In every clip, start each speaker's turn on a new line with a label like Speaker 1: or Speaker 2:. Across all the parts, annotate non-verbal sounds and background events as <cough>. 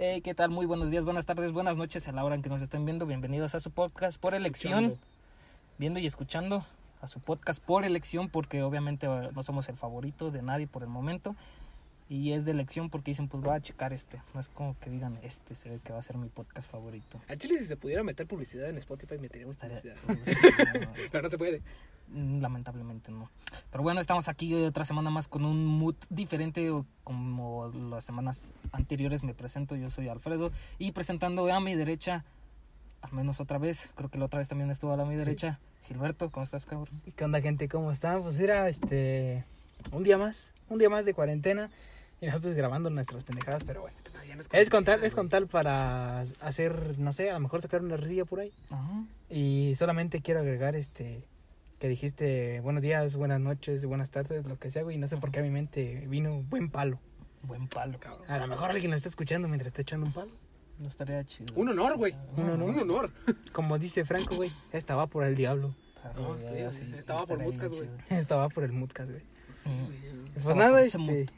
Speaker 1: Hey, ¿Qué tal? Muy buenos días, buenas tardes, buenas noches a la hora en que nos estén viendo. Bienvenidos a su podcast por elección. Viendo y escuchando a su podcast por elección porque obviamente eh, no somos el favorito de nadie por el momento. Y es de elección porque dicen, pues voy a checar este. No es como que digan, este se ve que va a ser mi podcast favorito.
Speaker 2: A Chile, si se pudiera meter publicidad en Spotify, meteríamos
Speaker 1: Estaría-
Speaker 2: publicidad. <laughs>
Speaker 1: No,
Speaker 2: Pero no se puede.
Speaker 1: Mm, Lamentablemente no. Pero bueno, estamos aquí eh, otra semana más con un mood diferente. o Como las semanas anteriores me presento, yo soy Alfredo. Y presentando a mi derecha, al menos otra vez, creo que la otra vez también estuvo a la mi derecha, Gilberto, ¿cómo estás, cabrón?
Speaker 3: ¿Y ¿Qué onda, gente? ¿Cómo están? Pues era este. Un día más. Un día más de cuarentena. Y nosotros grabando nuestras pendejadas, pero bueno. Es con tal, es con tal para hacer, no sé, a lo mejor sacar una resilla por ahí.
Speaker 1: Ajá.
Speaker 3: Y solamente quiero agregar este. Que dijiste buenos días, buenas noches, buenas tardes, lo que sea, güey. No sé por qué a mi mente vino buen palo.
Speaker 1: Buen palo, cabrón.
Speaker 3: A lo mejor alguien lo está escuchando mientras está echando un palo.
Speaker 1: No estaría chido.
Speaker 2: Un honor, güey.
Speaker 3: Un honor.
Speaker 2: Un honor.
Speaker 3: Como dice Franco, güey, esta va por el diablo. <laughs>
Speaker 2: No, sí, estaba por
Speaker 1: buscas
Speaker 2: podcast, güey.
Speaker 3: Esta va por el Moodcast, güey.
Speaker 2: Sí, güey.
Speaker 3: Pues
Speaker 1: Estaba
Speaker 3: nada,
Speaker 1: con ese mood.
Speaker 3: este,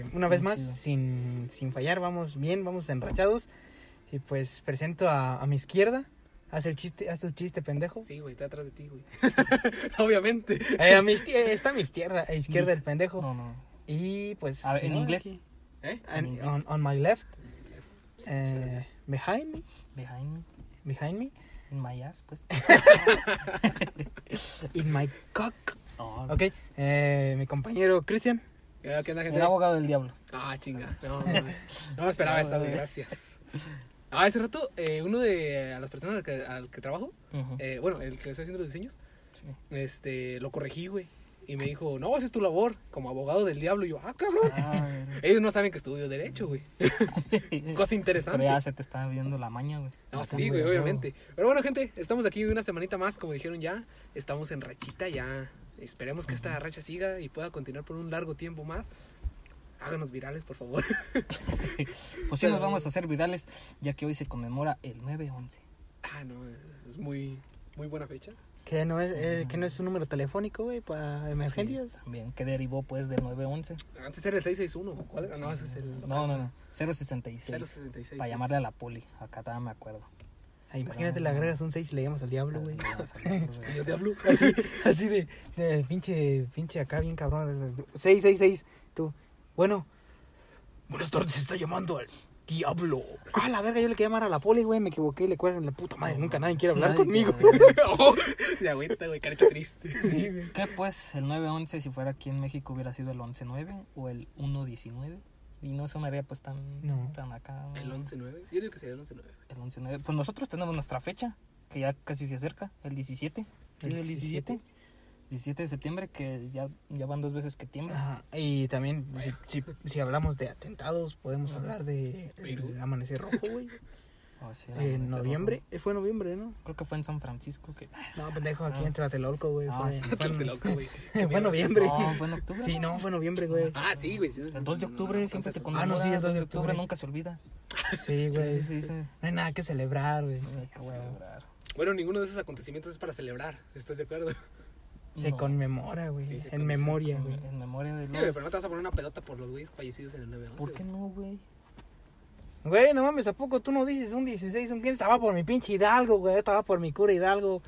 Speaker 3: este, una vez más,
Speaker 1: Chido.
Speaker 3: sin, sin fallar, vamos bien, vamos enrachados. Y pues presento a, a mi izquierda. Haz el chiste, haz tu chiste, pendejo.
Speaker 2: Sí, güey, está atrás de ti, güey. <laughs> Obviamente.
Speaker 3: Eh, a mi izquier- eh, está a mi izquierda, a izquierda el pendejo.
Speaker 1: No, no.
Speaker 3: Y pues.
Speaker 1: A ver, en
Speaker 3: no,
Speaker 1: inglés.
Speaker 3: aquí.
Speaker 2: ¿Eh?
Speaker 3: And-
Speaker 1: inglés.
Speaker 3: on, on my left. eh, behind me.
Speaker 1: Behind me,
Speaker 3: Behind me.
Speaker 1: in my ass, pues.
Speaker 3: In my cock.
Speaker 1: No, no.
Speaker 3: Ok. eh, mi compañero Christian.
Speaker 2: Eh, ¿Qué onda, gente?
Speaker 1: El abogado del diablo.
Speaker 2: Ah, chinga. No, no, no
Speaker 1: <laughs>
Speaker 2: me esperaba
Speaker 1: No,
Speaker 2: esa, güey.
Speaker 1: güey.
Speaker 2: Gracias. Ah, hace rato, eh, uno de a las personas al que, al que trabajo,
Speaker 1: Ujú.
Speaker 2: eh, bueno, el que le está haciendo los diseños,
Speaker 1: Sí.
Speaker 2: este, lo corregí, güey. Y me dijo, no, esa es tu labor, como abogado del diablo. Y yo, ah, cabrón.
Speaker 1: Ah, a ver.
Speaker 2: <laughs> Ellos no saben que estudio Derecho, güey. Cosa
Speaker 1: Pero ya
Speaker 2: interesante.
Speaker 1: se te está viendo la maña, güey.
Speaker 2: No,
Speaker 3: está
Speaker 2: Ah, sí,
Speaker 3: muy
Speaker 2: güey,
Speaker 3: bueno.
Speaker 2: obviamente. Pero bueno, gente, estamos aquí una semanita más, como dijeron ya. Estamos en rachita ya. Esperemos que esta racha siga y pueda continuar por un largo tiempo más. Háganos virales, por favor. <laughs>
Speaker 1: Pues sí, nos
Speaker 2: Pero-
Speaker 1: vamos a hacer virales, ya que hoy se conmemora el 9-11.
Speaker 2: Ah, no, es- es muy, muy buena fecha.
Speaker 3: Que no es, eh, que no es un número telefónico, güey, para
Speaker 2: Pues
Speaker 3: emergencias.
Speaker 1: Sí, también, que derivó pues del 9-11.
Speaker 2: Antes era el 661. ¿Cuál era? No, ese es el.
Speaker 1: No, no, no. 066.
Speaker 2: 066.
Speaker 1: Para llamarle a la poli. Acá también me acuerdo.
Speaker 3: Ah, imagínate, le agregas un 6 y le llamas al diablo, güey.
Speaker 2: Señor Diablo. <laughs>
Speaker 3: Así de, de pinche, pinche acá, bien cabrón. 666, tú. Bueno, buenas tardes, se está llamando al diablo. Ah, la verga, yo le quería llamar a la poli, güey, me equivoqué y le cuelgan la puta madre. Nunca nadie quiere hablar
Speaker 1: Nadie
Speaker 3: conmigo.
Speaker 1: quiere
Speaker 2: Oh, se agüita, güey, carita triste.
Speaker 3: Sí, güey.
Speaker 1: ¿Qué pues el 9-11 si fuera aquí en México hubiera sido el 11-9 o el 1-19? Y no sonaría pues tan,
Speaker 3: No.
Speaker 1: tan acá. ¿no?
Speaker 2: El 11-9. Yo digo que sería el 11-9.
Speaker 1: El 11-9. Pues nosotros tenemos nuestra fecha, que ya casi se acerca, el 17. Sí,
Speaker 3: El
Speaker 1: el 17.
Speaker 3: 17.
Speaker 1: 17 de septiembre, que ya, ya van dos veces que tiembla.
Speaker 3: <laughs> Ajá, y también, si, si, si hablamos de atentados, podemos hablar de
Speaker 2: Perú.
Speaker 3: el amanecer rojo, güey.
Speaker 1: O sea,
Speaker 3: Ah, En
Speaker 1: amanecer
Speaker 3: noviembre,
Speaker 1: rojo.
Speaker 3: eh, fue en noviembre,
Speaker 1: <laughs>
Speaker 3: ¿no?
Speaker 1: Creo que fue en San Francisco que...
Speaker 3: No, pendejo, aquí
Speaker 1: Ah.
Speaker 3: en Tlatelolco, güey.
Speaker 1: Ah,
Speaker 3: fue-
Speaker 1: sí.
Speaker 3: <laughs> fue en-
Speaker 2: Chante loco, güey. Qué
Speaker 3: Fue en
Speaker 2: mierda.
Speaker 3: noviembre.
Speaker 1: No, <laughs> fue en octubre.
Speaker 3: Sí, no, fue en noviembre, güey.
Speaker 2: Ah, sí, güey. sí.
Speaker 1: El 2 de octubre
Speaker 2: No, no,
Speaker 1: siempre se
Speaker 2: entonces-
Speaker 1: conmemora.
Speaker 3: Ah, no, sí,
Speaker 1: el 2 de octubre nunca se olvida.
Speaker 3: Sí,
Speaker 1: Sí,
Speaker 3: güey.
Speaker 1: sí, sí, sí.
Speaker 3: No hay nada que celebrar, güey.
Speaker 1: Sí, pues,
Speaker 3: Ah, güey.
Speaker 1: celebrar.
Speaker 2: Bueno, ninguno de esos acontecimientos es para celebrar. ¿Estás de acuerdo?
Speaker 3: Se
Speaker 1: No.
Speaker 3: conmemora, güey.
Speaker 2: Sí, se
Speaker 3: en
Speaker 2: con-
Speaker 3: memoria, güey.
Speaker 1: En memoria de
Speaker 2: Sí, güey,
Speaker 1: los...
Speaker 2: pero no te vas a poner una pelota por los güeyes fallecidos en el 9
Speaker 1: ¿Por qué no, güey?
Speaker 3: Güey, no mames, ¿a poco tú no dices un 16, un 15? Estaba por mi pinche Hidalgo, güey. Estaba por mi cura Hidalgo.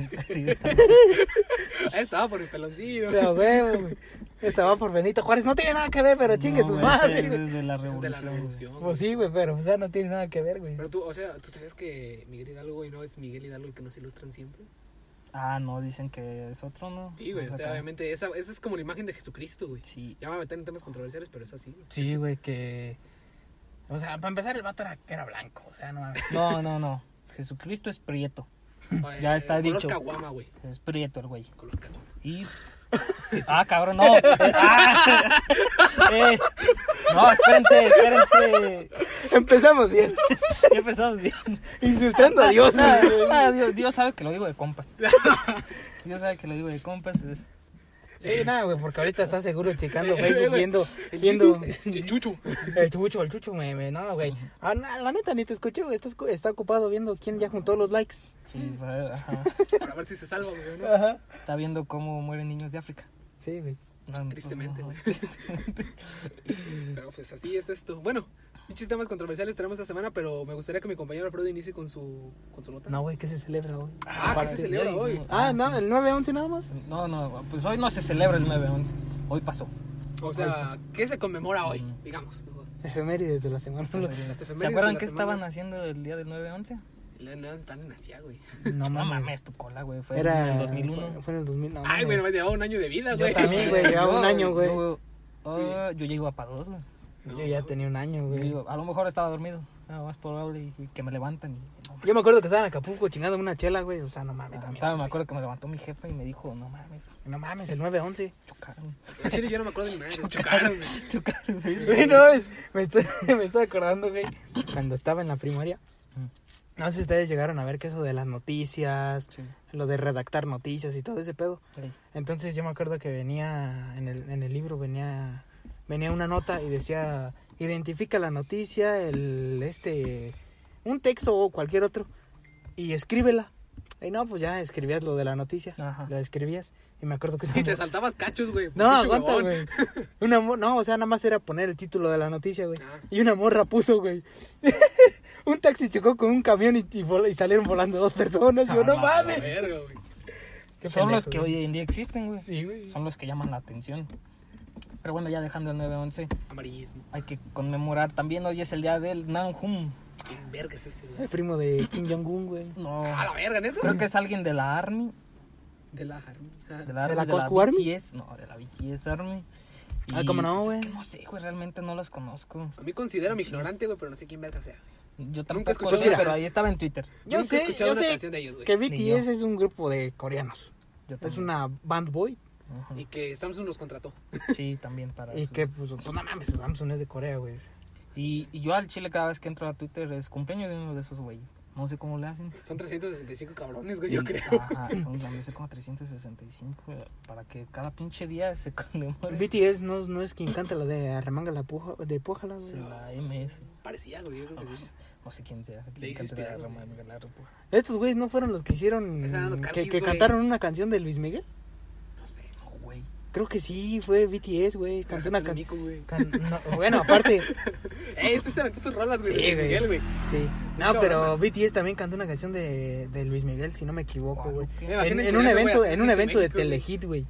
Speaker 2: <laughs> Estaba por el peloncillo.
Speaker 3: Pero, güey, güey. Estaba por Benito Juárez. No tiene nada que ver, <laughs> pero chingue
Speaker 1: No,
Speaker 3: su
Speaker 1: güey,
Speaker 3: madre,
Speaker 1: sí,
Speaker 3: güey.
Speaker 1: Desde la
Speaker 2: Es
Speaker 1: revolución.
Speaker 2: de la
Speaker 1: güey.
Speaker 2: revolución. güey.
Speaker 3: Pues sí, güey, pero, o sea, no tiene nada que ver, güey.
Speaker 2: Pero tú, o sea, ¿tú sabías que Miguel Hidalgo y no es Miguel Hidalgo el que nos ilustran siempre?
Speaker 1: Ah, no, dicen que es otro, ¿no?
Speaker 2: Sí, güey, o
Speaker 1: Acá.
Speaker 2: sea, obviamente, esa, esa es como la imagen de Jesucristo, güey.
Speaker 1: Sí.
Speaker 2: Ya me voy a meter en temas controversiales, pero es así, güey.
Speaker 3: Sí, güey, que. O sea, para empezar, el vato era, era blanco. O sea, no mames.
Speaker 1: No, no, no. Jesucristo es prieto. <laughs>
Speaker 2: Oye,
Speaker 1: Ya está
Speaker 2: Eh, color
Speaker 1: dicho.
Speaker 2: caguama, güey.
Speaker 1: Es prieto el güey.
Speaker 2: Color caguama.
Speaker 1: Y... Ah, cabrón, no. Ah. Eh, No, espérense, espérense.
Speaker 3: Empezamos <laughs> bien.
Speaker 1: Ya empezamos bien.
Speaker 3: Insultando a Dios,
Speaker 1: Ah,
Speaker 3: güey.
Speaker 1: ah, Dios, Dios sabe que lo digo de compas. Dios sabe que lo digo de compas. Es...
Speaker 3: Sí, nada, güey, porque ahorita estás seguro checando Facebook,
Speaker 2: güey.
Speaker 3: viendo,
Speaker 2: El
Speaker 3: viendo
Speaker 2: Jesus, el Chucho.
Speaker 3: el chucho, el chucho, me, me- no, güey. Ah, na- la neta, ni te escuché, güey, estás cu- está ocupado viendo quién ya juntó los likes.
Speaker 1: Sí, pero, ajá.
Speaker 2: Para ver si se salva,
Speaker 1: <laughs>
Speaker 2: güey, ¿no?
Speaker 3: Ajá.
Speaker 1: Está viendo cómo mueren niños de África.
Speaker 3: Sí, güey.
Speaker 1: No, no,
Speaker 2: <laughs> Tristemente,
Speaker 1: no.
Speaker 2: güey. Pero pues así es esto. Bueno, Pinches temas controversiales tenemos esta semana, pero me gustaría que mi compañero Alfredo inicie con su, con su nota.
Speaker 3: No, güey, ¿qué se celebra hoy?
Speaker 2: Ah,
Speaker 1: Para-
Speaker 2: que se celebra hoy.
Speaker 3: Ah, no,
Speaker 1: sí.
Speaker 3: el 9-11 nada más.
Speaker 1: No, no, pues hoy no se celebra el 9-11. Hoy pasó.
Speaker 2: O sea, ¿qué se conmemora hoy?
Speaker 1: Mm.
Speaker 2: Digamos.
Speaker 3: Efemérides de la semana.
Speaker 2: Las
Speaker 1: ¿Se
Speaker 2: efemérides de
Speaker 1: acuerdan
Speaker 2: la
Speaker 1: qué
Speaker 2: semana.
Speaker 1: estaban haciendo el día del 9-11?
Speaker 2: La- No, están en Asia, güey.
Speaker 3: No
Speaker 1: No
Speaker 3: mames.
Speaker 1: mames, tu cola, güey. Fue en
Speaker 3: Era.
Speaker 1: el 2001.
Speaker 3: Fue, fue en el 2000. No,
Speaker 2: Ay,
Speaker 3: mames.
Speaker 2: güey, nomás llevaba un año de vida,
Speaker 3: Yo
Speaker 2: güey.
Speaker 3: también, güey, llevaba un
Speaker 1: Yo-
Speaker 3: año, güey.
Speaker 1: Yo, ah, yo ya iba para dos, güey.
Speaker 3: Yo ya tenía un año,
Speaker 1: Yo
Speaker 3: güey.
Speaker 1: iba- A lo mejor estaba dormido. Lo más probable y- y que me levantan. Y, no,
Speaker 3: Yo me acuerdo que estaba en Acapulco chingando una chela, güey. O sea, no mames,
Speaker 1: mames,
Speaker 3: también.
Speaker 1: estaba- me acuerdo que me levantó mi jefe y me dijo, no mames,
Speaker 3: No mames, el 9-11.
Speaker 1: chocaron.
Speaker 2: <laughs>
Speaker 1: <laughs>
Speaker 2: En Chile yo no me acuerdo ni
Speaker 3: <laughs>
Speaker 2: nada. güey. Chocaron, güey.
Speaker 1: Chocaron,
Speaker 3: Güey, no mames, me estoy, <laughs> me estoy acordando, güey, cuando estaba en la primaria. No sé si ustedes llegaron a ver que eso de las noticias, lo de redactar noticias y todo ese pedo. Entonces yo me acuerdo que venía, en el, en el libro venía, venía una nota y decía, identifica la noticia, el, este, un texto o cualquier otro, y escríbela. Y no, pues ya escribías lo de la noticia,
Speaker 1: Ajá.
Speaker 3: lo escribías, y me acuerdo que... una
Speaker 2: <laughs> <laughs> Y te
Speaker 3: morra-
Speaker 2: saltabas cachos, güey.
Speaker 3: <laughs> no,
Speaker 2: Pinche
Speaker 3: aguanta,
Speaker 2: huevón.
Speaker 3: güey. Una mor- no, o sea, nada más era poner el título de la noticia, güey.
Speaker 2: Ah.
Speaker 3: Y una morra puso, güey. <laughs> un taxi chocó con un camión y, y vol- y salieron volando dos personas. Yo,
Speaker 1: Ah,
Speaker 3: no
Speaker 1: la
Speaker 2: A
Speaker 3: mames.
Speaker 2: la verga, güey.
Speaker 3: Qué
Speaker 1: Son los
Speaker 3: pendejo,
Speaker 1: que
Speaker 3: güey.
Speaker 1: hoy en día existen, güey.
Speaker 3: Sí, güey.
Speaker 1: Son los que llaman la atención. Pero bueno, ya dejando el 9-11,
Speaker 2: Amarillismo.
Speaker 1: hay que conmemorar. También hoy es el día del Nanjum.
Speaker 2: ¿Quién verga es ese, güey?
Speaker 3: El primo de Kim Jong-un, güey.
Speaker 1: No,
Speaker 2: A la verga, neta.
Speaker 1: creo que es alguien de la Army.
Speaker 2: De la Army. Ah.
Speaker 1: ¿De la,
Speaker 3: ¿De la Coscu
Speaker 1: BTS,
Speaker 3: Army?
Speaker 1: No, de la BTS Army.
Speaker 3: Ah,
Speaker 1: Y,
Speaker 3: ¿cómo no,
Speaker 1: pues,
Speaker 3: güey?
Speaker 1: Es que no sé, güey, realmente no los conozco.
Speaker 2: A mí considero mi ignorante, güey, pero no sé quién verga sea.
Speaker 1: Yo
Speaker 2: Nunca
Speaker 1: tampoco,
Speaker 2: escuché,
Speaker 1: güey, pero
Speaker 2: mira.
Speaker 1: ahí estaba en Twitter.
Speaker 3: Yo
Speaker 2: Nunca he
Speaker 3: sé,
Speaker 2: escuchado
Speaker 3: yo
Speaker 2: una
Speaker 3: sé
Speaker 2: canción de ellos, güey.
Speaker 3: que
Speaker 1: Ni
Speaker 3: BTS es un grupo de coreanos.
Speaker 1: Yo
Speaker 3: Es
Speaker 1: también.
Speaker 3: una band boy.
Speaker 1: Ujú.
Speaker 2: Y que Samsung los contrató.
Speaker 1: Sí, también
Speaker 2: Ah,
Speaker 1: para
Speaker 3: <laughs> Y
Speaker 1: sus-
Speaker 3: que, pues, pues, no mames, Samsung es de Corea, güey.
Speaker 1: Y, y yo al chile cada vez que entro a Twitter es cumpleaños de uno de esos güeyes. No sé cómo le hacen.
Speaker 2: Son 365 cabrones, güey, yo
Speaker 1: Y-
Speaker 2: creo.
Speaker 3: Ah.
Speaker 1: Ajá,
Speaker 3: <laughs>
Speaker 1: son deben ser como 365 güey, eh, para que cada pinche día se conmemore
Speaker 3: BTS no, no es quien canta la de Arremanga la puja, de Pójala, güey.
Speaker 1: Sí, la MS.
Speaker 2: Parecía, güey, yo creo que
Speaker 3: Ah.
Speaker 2: sí.
Speaker 1: No sé quién sea.
Speaker 2: Le
Speaker 1: quién
Speaker 2: hice
Speaker 1: canta la
Speaker 2: inspirar,
Speaker 1: Rama
Speaker 2: güey.
Speaker 1: de la Repu-
Speaker 3: Estos güeyes no fueron los que hicieron.
Speaker 2: Esos eran los
Speaker 3: que,
Speaker 2: Carlis,
Speaker 3: que
Speaker 2: güey.
Speaker 3: cantaron una canción de Luis Miguel.
Speaker 2: No sé.
Speaker 1: No, güey.
Speaker 3: Creo que sí, fue BTS, güey. Cantó una
Speaker 2: Chale,
Speaker 3: canción.
Speaker 2: Mico, güey.
Speaker 3: bueno,
Speaker 2: <laughs>
Speaker 3: aparte.
Speaker 2: Eh, este se aventó sus rolas, güey.
Speaker 3: Sí,
Speaker 2: de
Speaker 3: güey.
Speaker 2: Miguel, güey.
Speaker 3: Sí. No,
Speaker 2: Cabrón,
Speaker 3: pero BTS también cantó una canción de, de Luis Miguel, si no me equivoco, güey.
Speaker 1: Guadalupe.
Speaker 2: Me imagino
Speaker 3: En, en
Speaker 2: que
Speaker 3: un
Speaker 2: ya, güey,
Speaker 3: evento,
Speaker 2: así
Speaker 3: en un
Speaker 2: se
Speaker 3: evento de
Speaker 2: México, güey.
Speaker 3: Telehit, güey.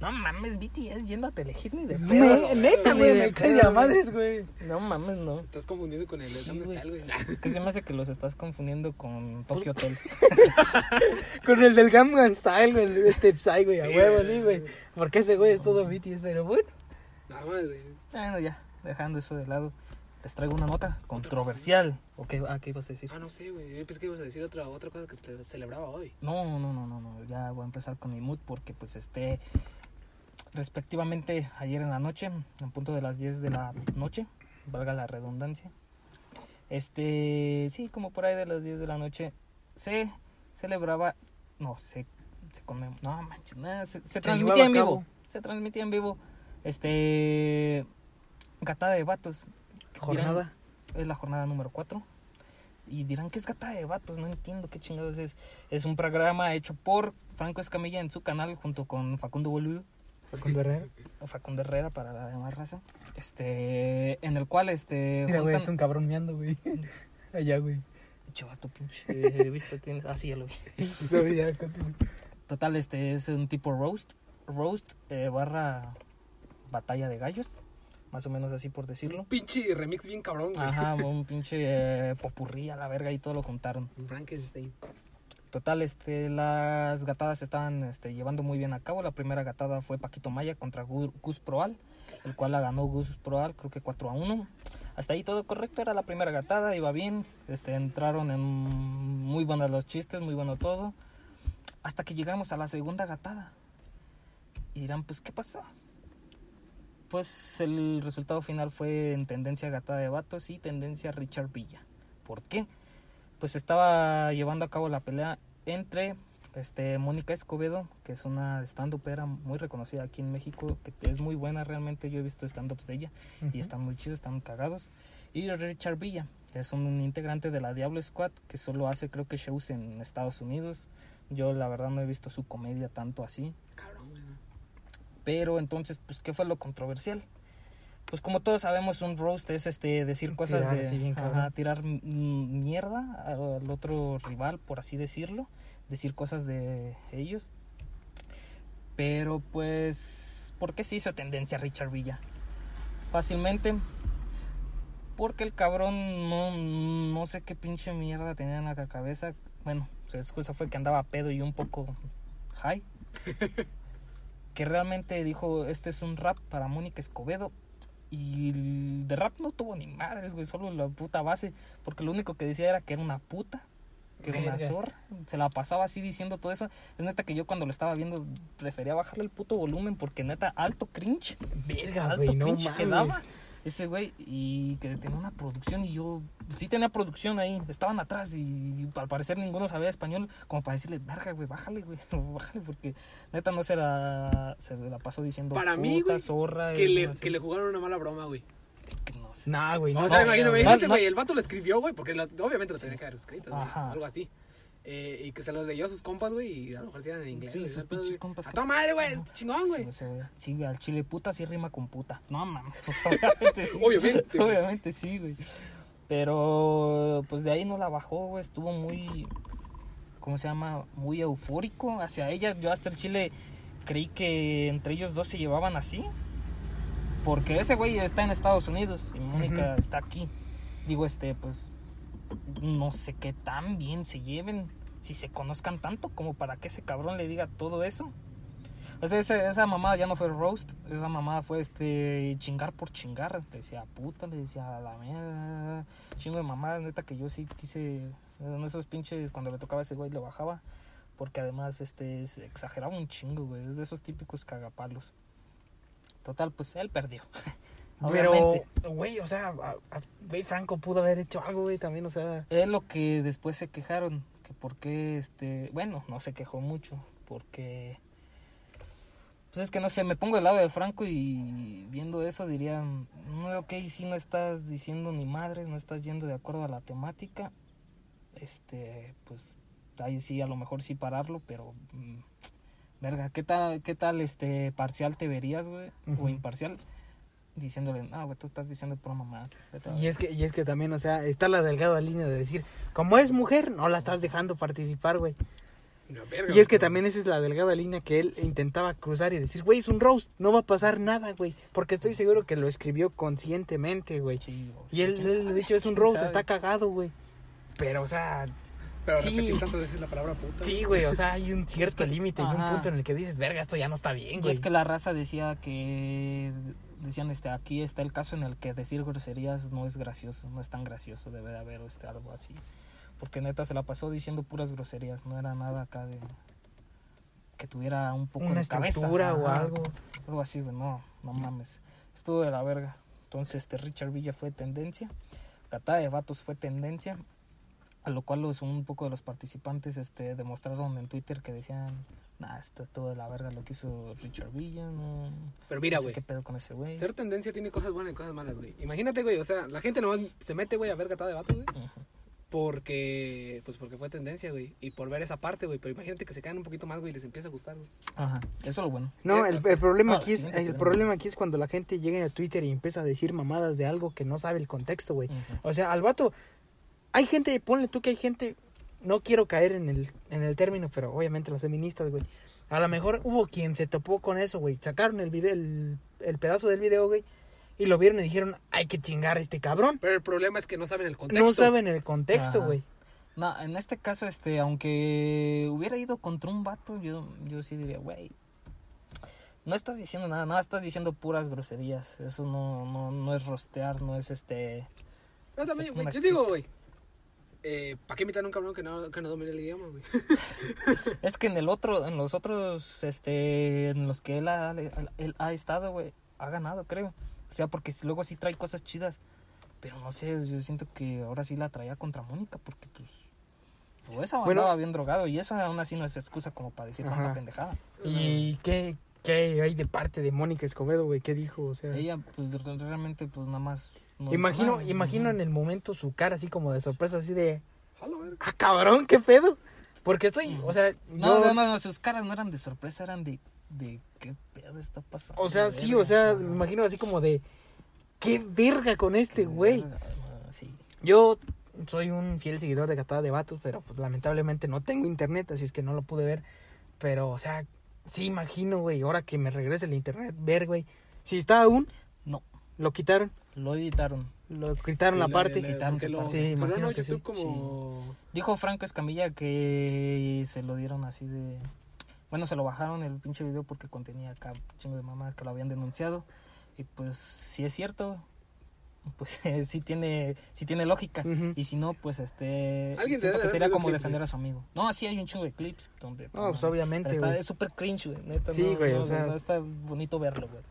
Speaker 1: No mames, BTS yendo a Telehit ni de pedo.
Speaker 3: Me- Neta,
Speaker 1: Ni
Speaker 3: güey,
Speaker 1: de
Speaker 3: me cae
Speaker 1: pedo,
Speaker 3: de a
Speaker 1: güey.
Speaker 3: madres, güey.
Speaker 1: No mames, no.
Speaker 2: Estás confundido con el de
Speaker 1: Sí,
Speaker 2: ¿Dónde
Speaker 1: güey.
Speaker 2: está el
Speaker 1: <laughs>
Speaker 2: güey? Nah.
Speaker 1: Que se me hace que los estás confundiendo con Tokyo Hotel.
Speaker 3: Con el del Gangnam Style, güey, el- este Psy, güey, a
Speaker 2: Sí,
Speaker 3: huevo,
Speaker 2: güey.
Speaker 3: sí, güey. Porque ese güey es todo BTS, pero bueno.
Speaker 2: Nada más, güey.
Speaker 1: Bueno, Ah, ya, dejando eso de lado, les traigo una nota controversial. ¿O qué, ah, ¿qué ibas a decir?
Speaker 2: Ah, no sé, güey. Yo pensé que ibas a decir otra, otra cosa que se celebraba hoy.
Speaker 1: No, no, no, no, no, ya voy a empezar con mi mood porque pues este, respectivamente ayer en la noche, en punto de las 10 de la noche, valga la redundancia, este, sí, como por ahí de las 10 de la noche, se celebraba, no, se, se conmem- no manches, nada, se, se transmitía
Speaker 3: llevaba
Speaker 1: en
Speaker 3: a cabo.
Speaker 1: vivo, se transmitía en vivo, este, Gatada de Vatos. Dirán-
Speaker 3: Jornada.
Speaker 1: es la jornada número 4. Y dirán que es gata de vatos, no entiendo qué chingados es. Es un programa hecho por Franco Escamilla en su canal junto con Facundo Boludo,
Speaker 3: Facundo Herrera.
Speaker 1: o Facundo Herrera para la demás raza. Este, en el cual este
Speaker 3: Mira, güey, está
Speaker 1: juntan...
Speaker 3: un cabrón meando, güey. Allá, güey.
Speaker 1: Chavato, pinche vista tienes. Ah, sí, ya lo vi.
Speaker 3: <laughs> No, ya, continúa.
Speaker 1: Total, este es un tipo roast, roast eh, barra batalla de gallos, más o menos así por decirlo.
Speaker 2: Un pinche remix bien cabrón, güey.
Speaker 1: Ajá, un pinche eh, popurrí a la verga y todo lo juntaron.
Speaker 2: Frankenstein.
Speaker 1: Total, este, las gatadas se estaban este, llevando muy bien a cabo. La primera gatada fue Paquito Maya contra Gu- Gus Proal, el cual la ganó Gus Proal, creo que 4 a 1. Hasta ahí todo correcto, era la primera gatada, iba bien. Este, entraron en muy buenos los chistes, muy bueno todo. Hasta que llegamos a la segunda gatada. Y dirán, pues, ¿qué pasa? Pues el resultado final fue en tendencia gatada de vatos y tendencia Richard Villa. ¿Por qué? pues estaba llevando a cabo la pelea entre este Mónica Escobedo, que es una stand upera muy reconocida aquí en México, que es muy buena realmente, yo he visto stand-ups de ella y están muy chidos, están cagados, y Richard Villa, que es un integrante de la Diablo Squad, que solo hace creo que shows en Estados Unidos. Yo la verdad no he visto su comedia tanto así.
Speaker 2: Cabrón, güey.
Speaker 1: Pero entonces, pues, ¿qué fue lo controversial? pues como todos sabemos, un roast es este decir cosas
Speaker 3: Tirar
Speaker 1: de
Speaker 3: así bien
Speaker 1: ajá,
Speaker 3: cabrón.
Speaker 1: tirar mm, mierda al otro rival, por así decirlo, decir cosas de ellos. Pero pues, ¿por qué se hizo tendencia Richard Villa? Fácilmente porque el cabrón no, no sé qué pinche mierda tenía en la cabeza. Bueno, su excusa fue que andaba pedo y un poco
Speaker 3: <laughs>
Speaker 1: high. que realmente dijo, este es un rap para Mónica Escobedo. Y el de rap no tuvo ni madres, güey, solo la puta base. Porque lo único que decía era que era una puta, que era una
Speaker 3: Verga.
Speaker 1: zorra. Se la pasaba así diciendo todo eso. Es neta que yo cuando lo estaba viendo prefería bajarle el puto volumen porque neta, alto cringe
Speaker 3: Verga,
Speaker 1: alto
Speaker 3: güey, no
Speaker 1: pinche
Speaker 3: mames.
Speaker 1: que daba ese güey y que tenía una producción y yo sí tenía producción ahí, estaban atrás y, al parecer ninguno sabía español como para decirle, verga güey, bájale güey, <laughs> bájale porque neta no se la, se la pasó diciendo
Speaker 2: Para
Speaker 1: puta,
Speaker 2: mí, güey,
Speaker 1: zorra,
Speaker 2: Que
Speaker 1: y
Speaker 2: le,
Speaker 1: no sé.
Speaker 2: que le jugaron una mala broma, güey.
Speaker 1: Es que no sé.
Speaker 3: Nah, güey.
Speaker 2: O
Speaker 3: no.
Speaker 2: sea,
Speaker 1: no,
Speaker 2: imagino,
Speaker 1: no,
Speaker 2: güey,
Speaker 1: no,
Speaker 2: imagínate,
Speaker 1: no.
Speaker 2: güey, el vato lo escribió, güey, porque lo- obviamente lo tenía que haber escrito, güey,
Speaker 1: Ajá.
Speaker 2: algo así. Eh, y que se lo leyó a sus compas, güey, y a lo mejor si eran en inglés.
Speaker 1: Sí,
Speaker 2: güey,
Speaker 1: sus
Speaker 2: ese pedo,
Speaker 1: pinches
Speaker 2: güey.
Speaker 1: compas
Speaker 2: A
Speaker 1: que-
Speaker 2: toda madre, güey,
Speaker 1: Ajá.
Speaker 2: chingón, güey.
Speaker 1: Sí, ese güey. Sí, al chile puta sí rima con puta. No mames, <laughs> pues, obviamente sí.
Speaker 2: Obviamente, güey.
Speaker 1: Obviamente sí, güey. Pero pues de ahí no la bajó, güey. Estuvo muy. ¿Cómo se llama? Muy eufórico hacia ella. Yo hasta el chile creí que entre ellos dos se llevaban así. Porque ese güey está en Estados Unidos y Mónica
Speaker 3: Ujú.
Speaker 1: está aquí. Digo, este, pues. No sé qué tan bien se lleven. Si se conozcan tanto como para que ese cabrón le diga todo eso. O sea, esa, esa mamada ya no fue roast, esa mamada fue este chingar por chingar. Te decía puta, le decía a la mierda. Chingo de mamada, neta que yo sí quise. En esos pinches, cuando le tocaba a ese güey, le bajaba. Porque además, este, es- exageraba un chingo, güey. Es de esos típicos cagapalos. Total, pues él perdió. <laughs>
Speaker 3: Pero,
Speaker 1: Obviamente.
Speaker 3: güey, o sea, a- a- güey, Franco pudo haber hecho algo, güey, también, o sea.
Speaker 1: Es lo que después se quejaron, que por qué, este, bueno, no se quejó mucho, porque, pues es que no sé, me pongo del lado de Franco y viendo eso diría, no, ok, si no estás diciendo ni madres, no estás yendo de acuerdo a la temática, este, pues ahí sí, a lo mejor sí pararlo, pero, mm, verga, ¿qué tal, qué tal, este, parcial te verías, güey,
Speaker 3: Ujú.
Speaker 1: o imparcial? Diciéndole, no, güey, tú estás diciendo pura mamada. vete a la
Speaker 3: Y es, que, y es que también, o sea, está la delgada línea de decir, como es mujer, no la estás dejando participar, güey.
Speaker 2: La verga,
Speaker 3: Y es que
Speaker 2: güey.
Speaker 3: también esa es la delgada línea que él intentaba cruzar y decir, güey, es un roast, no va a pasar nada, güey. Porque estoy seguro que lo escribió conscientemente, güey.
Speaker 1: Sí, güey,
Speaker 3: Y él,
Speaker 1: ¿quién
Speaker 3: él
Speaker 1: sabe?
Speaker 3: de hecho, es un
Speaker 1: ¿Quién
Speaker 3: roast,
Speaker 1: sabe?
Speaker 3: está cagado, güey. Pero, o sea,
Speaker 2: Pero
Speaker 3: Sí.
Speaker 2: repetir tantas veces la palabra puta.
Speaker 3: sí, güey, o sea, hay un cierto límite y un
Speaker 1: ajá.
Speaker 3: punto en el que dices, verga, esto ya no está bien,
Speaker 1: Y
Speaker 3: güey.
Speaker 1: es que la raza decía que decían este aquí está el caso en el que decir groserías no es gracioso, no es tan gracioso, debe de haber este algo así. Porque neta se la pasó diciendo puras groserías, no era nada acá de que tuviera un poco
Speaker 3: Una
Speaker 1: de cabeza,
Speaker 3: estructura o
Speaker 1: ajá,
Speaker 3: algo.
Speaker 1: algo así, güey, no, no mames. Estuvo de la verga. Entonces, este Richard Villa fue tendencia, Catada de Vatos fue tendencia, a lo cual los, un poco de los participantes este, demostraron en Twitter que decían, nah, está todo de la verga lo que hizo Richard Villa, no,
Speaker 2: Pero mira,
Speaker 1: no sé
Speaker 2: güey.
Speaker 1: qué pedo con ese güey.
Speaker 2: Ser tendencia tiene cosas buenas y cosas malas, güey. Imagínate, güey, o sea, la gente nomás se mete, güey, a ver gatada de vato, güey.
Speaker 1: Ujú.
Speaker 2: Porque, pues porque fue tendencia, güey. Y por ver esa parte, güey. Pero imagínate que se quedan un poquito más, güey, y les empieza a gustar, güey.
Speaker 1: Ajá, eso es lo bueno.
Speaker 3: No,
Speaker 2: Eh,
Speaker 3: el,
Speaker 2: o sea,
Speaker 3: el problema
Speaker 1: no,
Speaker 3: aquí es
Speaker 1: sí,
Speaker 3: el
Speaker 1: pero-
Speaker 3: problema aquí es cuando la gente llega a Twitter y empieza a decir mamadas de algo que no sabe el contexto, güey.
Speaker 1: Ujú.
Speaker 3: O sea, al vato hay gente, ponle tú que hay gente no quiero caer en el en el término, pero obviamente las feministas, güey. A lo mejor hubo quien se topó con eso, güey. Sacaron el video el, el pedazo del video, güey, y lo vieron y dijeron, "Hay que chingar a este cabrón."
Speaker 2: Pero el problema es que no saben el contexto.
Speaker 3: No saben el contexto,
Speaker 1: Ajá.
Speaker 3: güey.
Speaker 1: No, en este caso, este, aunque hubiera ido contra un vato, yo, yo sí diría, güey, no estás diciendo nada, nada, estás diciendo puras groserías. Eso no, no, no es rostear, no es este...
Speaker 2: Yo también, güey.
Speaker 1: Una-
Speaker 2: Yo digo, güey. Eh, ¿Para qué imitar a un cabrón que no, que no domina el idioma, güey? <laughs>
Speaker 1: Es que en el otro, en los otros, este, en los que él ha, él ha estado, güey, ha ganado, creo. O sea, porque si- luego sí trae cosas chidas. Pero no sé, yo siento que ahora sí la traía contra Mónica, porque pues... O esa
Speaker 3: Bueno.
Speaker 1: andaba bien drogado y eso aún así no es excusa como para decir
Speaker 3: Ajá.
Speaker 1: tanta pendejada.
Speaker 3: ¿Y qué qué hay de parte de Mónica Escobedo, güey? ¿Qué dijo? O sea,
Speaker 1: Ella, pues re- realmente, pues nada más. no
Speaker 3: Imagino,
Speaker 1: dijo nada.
Speaker 3: imagino en el momento su cara así como de sorpresa, así de,
Speaker 2: Jalo, güey.
Speaker 3: ah, cabrón, qué pedo. Porque estoy, o sea,
Speaker 1: No, no,
Speaker 3: yo-
Speaker 1: no, no, sus caras no eran de sorpresa, eran de. de ¿Qué pedo está pasando?
Speaker 3: o sea, sí, o sea, me imagino así como de, qué verga con este güey.
Speaker 1: Sí.
Speaker 3: Yo soy un fiel seguidor de Catada de Vatos, pero pues, lamentablemente no tengo internet, así es que no lo pude ver. Pero, o sea, sí imagino, güey, ahora que me regrese el internet, ver, güey. Si está aún,
Speaker 1: No,
Speaker 3: lo quitaron,
Speaker 1: lo editaron.
Speaker 3: lo quitaron la
Speaker 2: Sí,
Speaker 3: parte.
Speaker 2: le-
Speaker 1: que
Speaker 2: le-
Speaker 1: quitaron
Speaker 2: porque
Speaker 1: su
Speaker 2: lo
Speaker 1: parte.
Speaker 3: Sí,
Speaker 2: censuró,
Speaker 3: imagino
Speaker 2: ¿no?
Speaker 3: que sí.
Speaker 2: YouTube como...
Speaker 1: Dijo Franco Escamilla que se lo dieron así de... Bueno, se lo bajaron el pinche video porque contenía acá un chingo de mamás que lo habían denunciado. Y pues si es cierto, pues <laughs> eh, sí tiene sí tiene lógica.
Speaker 3: Ujú.
Speaker 1: Y si no, pues este...
Speaker 2: Alguien
Speaker 1: siento que
Speaker 2: debe de
Speaker 1: sería
Speaker 2: haber subido
Speaker 1: como
Speaker 2: clip,
Speaker 1: defender a su amigo. No, sí hay un chingo de clips donde...
Speaker 3: No, pues
Speaker 1: mames,
Speaker 3: obviamente,
Speaker 1: pero está-
Speaker 3: güey.
Speaker 1: es súper cringe, güey. neta,
Speaker 3: Sí,
Speaker 1: no-
Speaker 3: güey,
Speaker 1: no,
Speaker 3: o sea-
Speaker 1: no está bonito verlo, güey.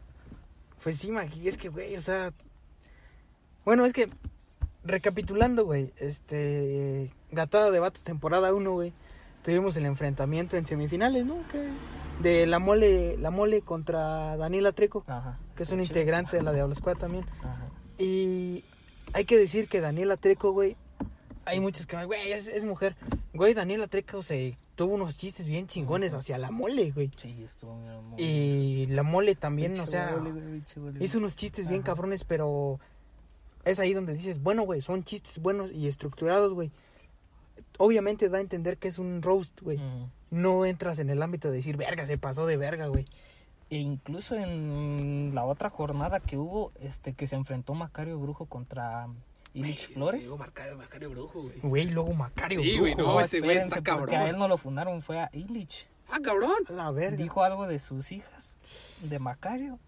Speaker 3: Pues sí, Maki, es que, güey, o sea. Bueno, es que. Recapitulando, güey. Este. Gatada de Vatos, temporada 1, güey. Tuvimos el enfrentamiento en semifinales, ¿no? Que- De la mole, la mole contra Daniela Treco,
Speaker 1: Ajá.
Speaker 3: que es un
Speaker 1: Pinche-
Speaker 3: integrante de la Diablo Squad también.
Speaker 1: Ajá.
Speaker 3: Y hay que decir que Daniela Treco, güey. Hay muchos que, güey, es, es mujer. Güey, Daniela Treco se tuvo unos chistes bien chingones hacia la mole, güey.
Speaker 1: Sí, estuvo muy... muy-
Speaker 3: Y la mole también, o
Speaker 1: pinche
Speaker 3: sea.
Speaker 1: vole, güey, pinche vole, güey.
Speaker 3: Hizo unos chistes bien
Speaker 1: Ajá.
Speaker 3: cabrones, pero es ahí donde dices, bueno, güey, son chistes buenos y estructurados, güey. Obviamente da a entender que es un roast, güey.
Speaker 1: Ujú.
Speaker 3: No entras en el ámbito de decir, verga, se pasó de verga, güey.
Speaker 1: E incluso en la otra jornada que hubo, este que se enfrentó Macario Brujo contra Illich
Speaker 2: Güey,
Speaker 1: Flores.
Speaker 2: Digo, Marcario, Marcario Brujo, güey.
Speaker 3: Güey, luego Macario,
Speaker 2: Sí,
Speaker 3: güey,
Speaker 2: güey, no, ese güey
Speaker 1: espérense,
Speaker 2: está
Speaker 1: Porque a él
Speaker 2: cabrón.
Speaker 1: no lo fundaron, fue a Illich.
Speaker 2: Ah, cabrón.
Speaker 3: A la verga.
Speaker 1: Dijo algo de sus hijas, de Macario.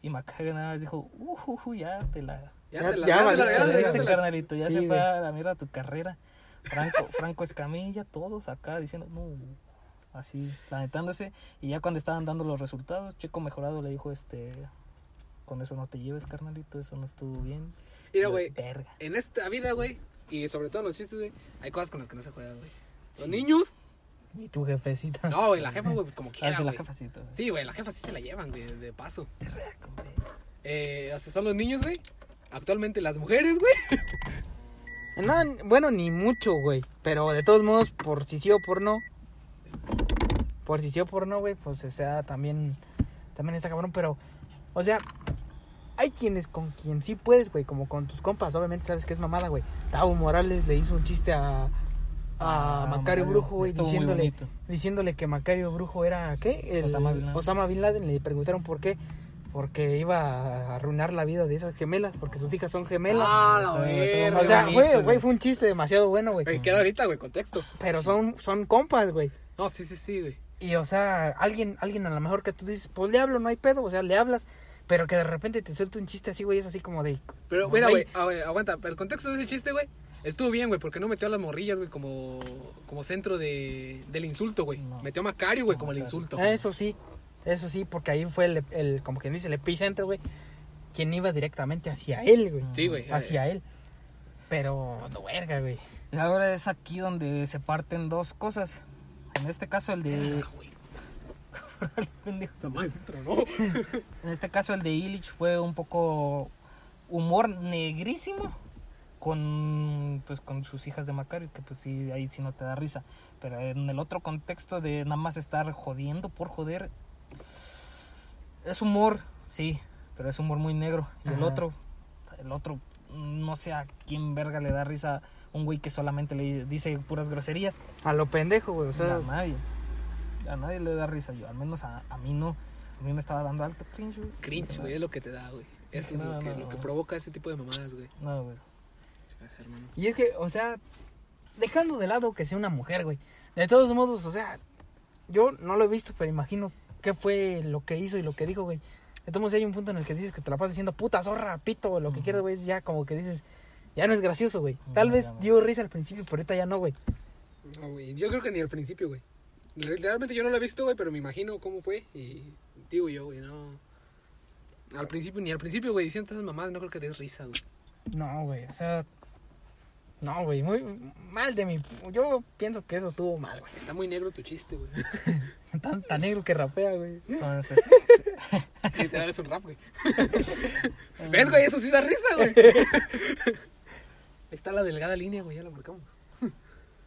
Speaker 1: Y Macario nada más dijo, uh, uh, uh, ya te la...
Speaker 3: Ya-
Speaker 2: Ya te la
Speaker 3: ya
Speaker 2: ya te la-
Speaker 3: valiste,
Speaker 2: ya te la-
Speaker 1: perdiste,
Speaker 2: ya te la-
Speaker 1: carnalito, ya
Speaker 3: Sí,
Speaker 1: se fue
Speaker 3: güey.
Speaker 1: a la mierda tu carrera. Franco, Franco Escamilla, todos acá diciendo, no, así, lamentándose. Y ya cuando estaban dando los resultados, Checo Mejorado le dijo, este, con eso no te lleves, carnalito, eso no estuvo bien. Y
Speaker 2: Mira,
Speaker 1: yo,
Speaker 2: güey,
Speaker 1: Verga.
Speaker 2: en esta vida, güey, y sobre todo en los chistes, güey, hay cosas con las que no se juega, güey. Los
Speaker 1: Sí.
Speaker 2: niños,
Speaker 3: Y tu jefecita.
Speaker 2: no, güey, la jefa, güey, pues como
Speaker 1: A ver
Speaker 2: quiera,
Speaker 1: si Ah, la
Speaker 2: güey.
Speaker 1: jefacita. güey. Ah,
Speaker 2: Sí, güey, la jefa sí se la llevan, güey, de paso.
Speaker 1: Como de,
Speaker 2: Eh, así son los niños, güey. Actualmente las mujeres, güey.
Speaker 3: Nada, bueno, ni mucho, güey. Pero de todos modos, por si sí o por no. Por si sí o por no, güey, pues o sea, también, también está cabrón. Pero, o sea, hay quienes con quien sí puedes, güey. Como con tus compas, obviamente sabes que es mamada, güey. Tavo Morales le hizo un chiste a, a
Speaker 1: ah,
Speaker 3: Macario Brujo, güey,
Speaker 1: estuvo muy
Speaker 3: diciéndole,
Speaker 1: bonito.
Speaker 3: diciéndole que Macario Brujo era, ¿qué? El,
Speaker 1: Osama Bin Laden.
Speaker 3: Osama Bin Laden. Le preguntaron por qué. Porque iba a arruinar la vida de esas gemelas, porque sus hijas son gemelas.
Speaker 2: Ah,
Speaker 1: Estuvo-
Speaker 2: la
Speaker 1: estuvo
Speaker 2: verga.
Speaker 1: muy
Speaker 3: O sea,
Speaker 1: bonito,
Speaker 3: güey, güey, fue un chiste demasiado bueno, güey.
Speaker 2: Güey, queda ahorita, güey, contexto.
Speaker 3: Pero son, son compas, güey.
Speaker 2: No, sí, sí, sí, güey.
Speaker 3: Y, o sea, alguien, alguien a lo mejor que tú dices, pues le hablo, no hay pedo, o sea, le hablas, pero que de repente te suelte un chiste así, güey, es así como de...
Speaker 2: Pero,
Speaker 3: No,
Speaker 2: mira,
Speaker 3: güey.
Speaker 2: güey, ah, güey, aguanta. El contexto de ese chiste, güey, estuvo bien, güey, porque no metió a las morrillas, güey, como, como centro de, del insulto, güey.
Speaker 1: No.
Speaker 2: Metió a Macario, güey,
Speaker 1: No,
Speaker 2: como el
Speaker 1: Macario.
Speaker 2: insulto.
Speaker 3: Ah, Eso sí, eso sí, porque ahí fue el, el como quien dice, el epicentro, güey, quien iba directamente hacia él, güey.
Speaker 2: Sí, güey. eh.
Speaker 3: Hacia él. Pero, no verga, güey.
Speaker 1: Y ahora es aquí donde se parten dos cosas. En este caso el de... <laughs> Pendejo.
Speaker 2: Esa madre se tronó.
Speaker 1: En este caso el de Illich fue un poco humor negrísimo con pues con sus hijas de Macario, que pues sí, ahí sí no te da risa. Pero en el otro contexto de nada más estar jodiendo por joder, es humor, sí, pero es humor muy negro. Y el
Speaker 3: Ajá.
Speaker 1: otro, el otro, no sé a quién verga le da risa un güey que solamente le dice puras groserías.
Speaker 3: A lo pendejo, güey, o sea...
Speaker 1: a nadie. A nadie le da risa, yo al menos a, a mí no. A mí me estaba dando alto cringe. güey.
Speaker 2: Cringe, güey, es lo que te da, güey. Eso es
Speaker 1: No,
Speaker 2: lo, que,
Speaker 1: no,
Speaker 2: lo que
Speaker 1: no.
Speaker 2: provoca ese tipo de mamadas, güey.
Speaker 1: No, güey.
Speaker 2: hermano.
Speaker 3: Y es que, o sea, dejando de lado que sea una mujer, güey. De todos modos, o sea, yo no lo he visto, pero imagino qué fue lo que hizo y lo que dijo, güey. Entonces hay un punto en el que dices que te la pasas diciendo puta zorra, pito, o lo que
Speaker 1: Ujú.
Speaker 3: quieras, güey. es Ya como que dices, ya no es gracioso, güey.
Speaker 1: No,
Speaker 3: Tal
Speaker 1: ya
Speaker 3: vez
Speaker 1: no.
Speaker 3: dio risa al principio, pero ahorita ya no, güey.
Speaker 2: No, güey, yo creo que ni al principio, güey. Re- Realmente yo no lo he visto, güey, pero me imagino cómo fue. Y digo yo, güey, no. Al principio, ni al principio, güey, diciendo esas mamadas, no creo que des risa, güey.
Speaker 3: No, güey, o sea. No, güey, muy mal de mi. Yo pienso que eso estuvo mal, güey.
Speaker 2: Está muy negro tu chiste, güey. <laughs>
Speaker 3: <laughs> Tan, tan negro que rapea, güey.
Speaker 1: Entonces,
Speaker 2: Literal es un
Speaker 1: <laughs>
Speaker 2: rap, güey. ¿Ves, güey? Eso sí da risa, güey. Está la delgada línea, güey, ya la marcamos.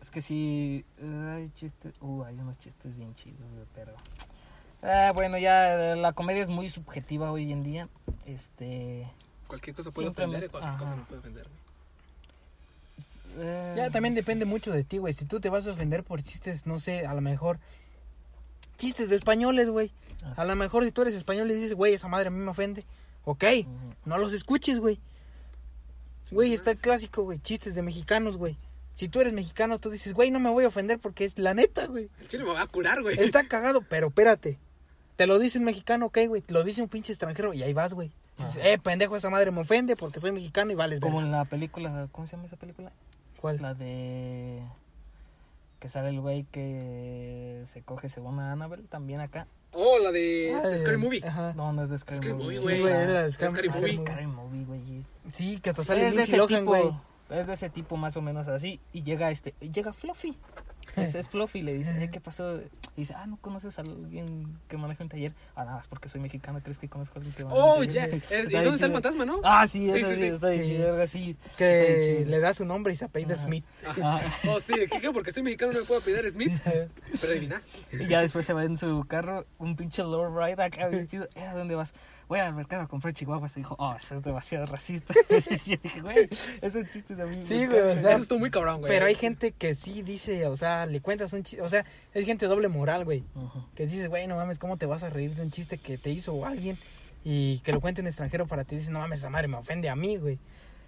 Speaker 1: es que sí, eh, hay chistes, uh, hay unos chistes bien chidos, güey, pero... Ah, bueno, ya eh, la comedia es muy subjetiva hoy en día, este...
Speaker 2: Cualquier cosa puede
Speaker 1: Siempre me-
Speaker 2: ofender y cualquier cosa
Speaker 1: ajá.
Speaker 2: no puede ofender. güey.
Speaker 1: Eh,
Speaker 3: Ya también depende mucho de ti, güey. Si tú te vas a ofender por chistes, no sé, a lo mejor. Chistes de españoles, güey.
Speaker 1: Ah,
Speaker 3: A lo mejor si tú eres español y dices, güey, esa madre a mí me ofende. Ok,
Speaker 1: ujú.
Speaker 3: no los escuches, güey. Güey, está el clásico, güey. Chistes de mexicanos, güey. Si tú eres mexicano, tú dices, güey, no me voy a ofender porque es la
Speaker 1: <laughs>
Speaker 3: neta, güey.
Speaker 2: El chile me va a curar, güey.
Speaker 3: Está cagado, pero espérate. Te lo dice un mexicano, ok, güey. Te lo dice un pinche extranjero y ahí vas, güey. Dices, eh, pendejo, esa madre me ofende porque soy mexicano y vales,
Speaker 1: Ah. Como
Speaker 3: güey.
Speaker 1: en la película, ¿cómo se llama esa película?
Speaker 3: ¿Cuál?
Speaker 1: La de. Que sale el güey que se coge según a Annabelle, también acá.
Speaker 2: Oh, la de
Speaker 3: Ah,
Speaker 2: este, Scary
Speaker 3: el-
Speaker 2: Movie.
Speaker 3: Ajá.
Speaker 1: No, no es de Scary
Speaker 2: Scary
Speaker 1: Movie.
Speaker 2: Movie,
Speaker 1: es
Speaker 2: güey.
Speaker 3: Sí,
Speaker 1: la-
Speaker 3: güey, era la
Speaker 1: Ah,
Speaker 3: Scam-
Speaker 2: Scary
Speaker 1: es
Speaker 2: Movie.
Speaker 1: Scary Movie, güey. y-
Speaker 3: Sí, que hasta sale
Speaker 1: Es de
Speaker 3: Lindsay
Speaker 1: ese
Speaker 3: Lohan,
Speaker 1: tipo,
Speaker 3: güey.
Speaker 1: es de ese tipo más o menos así. Y llega este, y llega Fluffy. Ese es Fluffy, le dice, "Eh, ¿qué pasó? Y dice, ah, ¿no conoces a alguien que maneja un taller? Ah, nada más porque soy mexicano, ¿crees que conozco a alguien que maneja
Speaker 2: Oh,
Speaker 1: un <laughs>
Speaker 2: ya.
Speaker 1: taller?
Speaker 2: Eh, ¿Y
Speaker 1: bien
Speaker 2: dónde está
Speaker 1: chido.
Speaker 2: el fantasma, no?
Speaker 1: Ah, sí,
Speaker 2: Sí,
Speaker 1: eso
Speaker 2: sí,
Speaker 1: sí,
Speaker 2: sí.
Speaker 1: está bien
Speaker 3: Sí.
Speaker 1: chido, algo así.
Speaker 3: Que
Speaker 1: Sí.
Speaker 3: le da su nombre y se apellida
Speaker 1: Ajá.
Speaker 3: Smith.
Speaker 1: Ah,
Speaker 2: Oh, sí, ¿qué, qué? Porque soy mexicano no me puedo pedir
Speaker 3: <laughs>
Speaker 2: Smith. Pero adivinaste.
Speaker 1: y ya después se va en su carro, un pinche lowrider acá, bien chido. Eh, ¿a dónde vas? Voy al mercado a comprar chihuahuas. Y dijo, oh, eso es demasiado racista. <laughs> Yo dije, güey, esos chistes a mí me
Speaker 3: Sí, güey, o
Speaker 1: encantan".
Speaker 3: sea,
Speaker 2: Eso estuvo muy cabrón, güey.
Speaker 3: Pero hay gente que sí dice, o sea, le cuentas un chiste. O sea, es gente doble moral, güey.
Speaker 1: Ujú.
Speaker 3: Que dices, güey, no mames, ¿cómo te vas a reír de un chiste que te hizo alguien? Y que lo cuente un extranjero para ti. Dices, no mames, esa madre me ofende a mí, güey.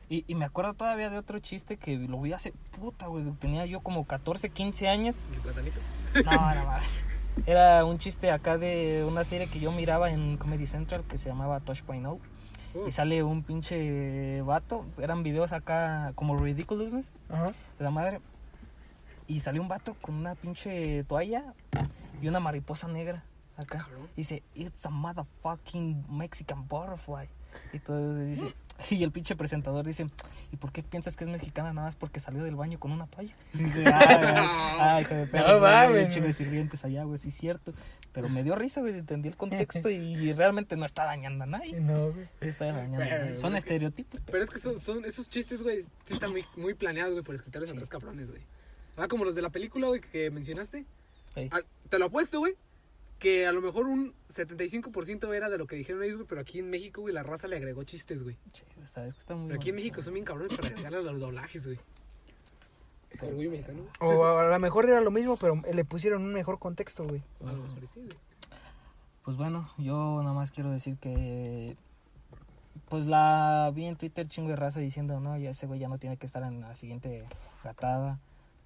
Speaker 1: Y, y me acuerdo todavía de otro chiste que lo vi hace puta, güey. Tenía yo como 14, 15 años.
Speaker 2: El platanito.
Speaker 1: No, no mames. Era un chiste acá de una serie que yo miraba en Comedy Central que se llamaba Touch Point Out.
Speaker 2: Oh.
Speaker 1: Y sale un pinche vato. Eran videos acá como Ridiculousness
Speaker 3: Ajá.
Speaker 1: de la madre. Y salió un vato con una pinche toalla y una mariposa negra acá.
Speaker 2: Cabrón.
Speaker 1: Dice, it's a motherfucking Mexican butterfly. Y todo dice, <laughs> y el pinche presentador dice, ¿y por qué piensas que es mexicana nada más porque salió del baño con una toalla? <laughs> Y dice,
Speaker 2: <laughs>
Speaker 1: ay, ay, hijo de perra,
Speaker 3: No
Speaker 1: güey, hay un
Speaker 3: mames,
Speaker 1: chingo
Speaker 3: güey.
Speaker 1: de sirvientes allá, güey, sí es cierto. Pero me dio risa, güey, entendí el
Speaker 2: <laughs>
Speaker 1: contexto y realmente no está dañando a nadie.
Speaker 3: No, güey.
Speaker 1: Está dañando a
Speaker 2: Pero,
Speaker 1: nadie. Son
Speaker 2: güey,
Speaker 1: estereotipos. pero-
Speaker 2: Pero es que son, son esos chistes, güey, sí están muy, muy planeados, güey, por escritores atrás cabrones, güey. Ah, como los de la película, güey, que mencionaste.
Speaker 1: Ey.
Speaker 2: Ah, te lo apuesto, güey, que a lo mejor un 75% era de lo que dijeron ellos, güey, pero aquí en México, güey, la raza le agregó chistes, güey.
Speaker 1: Che, güey, sabes que está muy
Speaker 2: Pero aquí en
Speaker 1: bonito,
Speaker 2: México son bien cabrones para agregarle a los doblajes, güey. Orgullo mexicano.
Speaker 3: O a lo mejor era lo mismo, pero le pusieron un mejor contexto, güey.
Speaker 2: A lo mejor sí, güey.
Speaker 1: Pues bueno, yo nada más quiero decir que. Pues la vi en Twitter chingo de raza diciendo, no, ya ese güey ya no tiene que estar en la siguiente gatada.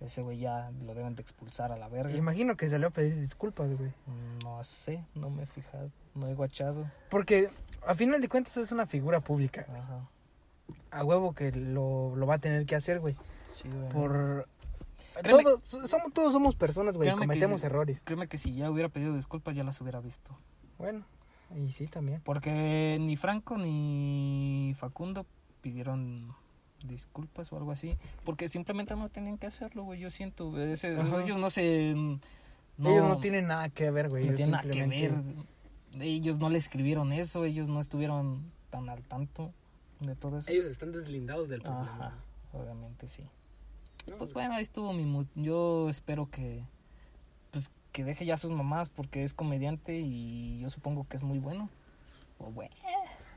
Speaker 1: Ese güey ya lo deben de expulsar a la verga.
Speaker 3: Imagino que salió a pedir disculpas, güey.
Speaker 1: No sé, no me he fijado, no he guachado.
Speaker 3: Porque a final de cuentas es una figura pública.
Speaker 1: Ajá.
Speaker 3: A huevo que lo, lo va a tener que hacer, güey.
Speaker 1: Sí, güey.
Speaker 3: Por.
Speaker 1: Créeme-
Speaker 3: Todos somos, todos somos personas, güey.
Speaker 1: Créeme que
Speaker 3: Cometemos
Speaker 1: sí.
Speaker 3: errores.
Speaker 1: Créeme que si ya hubiera pedido disculpas ya las hubiera visto.
Speaker 3: Bueno, y sí también.
Speaker 1: Porque ni Franco ni Facundo pidieron disculpas o algo así. Porque simplemente no tenían que hacerlo, güey. Yo siento, ese-
Speaker 3: Ajá.
Speaker 1: ellos no se...
Speaker 3: Ellos no tienen nada que ver, güey.
Speaker 1: no
Speaker 3: ellos
Speaker 1: tiene nada que ver.
Speaker 3: simplemente-
Speaker 1: Ellos no le escribieron eso, ellos no estuvieron tan al tanto de todo eso.
Speaker 2: Ellos están deslindados del
Speaker 1: Ajá,
Speaker 2: problema.
Speaker 1: obviamente sí.
Speaker 2: No,
Speaker 1: Pues
Speaker 2: güey.
Speaker 1: bueno, ahí estuvo mi mood. Yo espero que pues que deje ya sus mamás porque es comediante y yo supongo que es muy bueno. O bueno,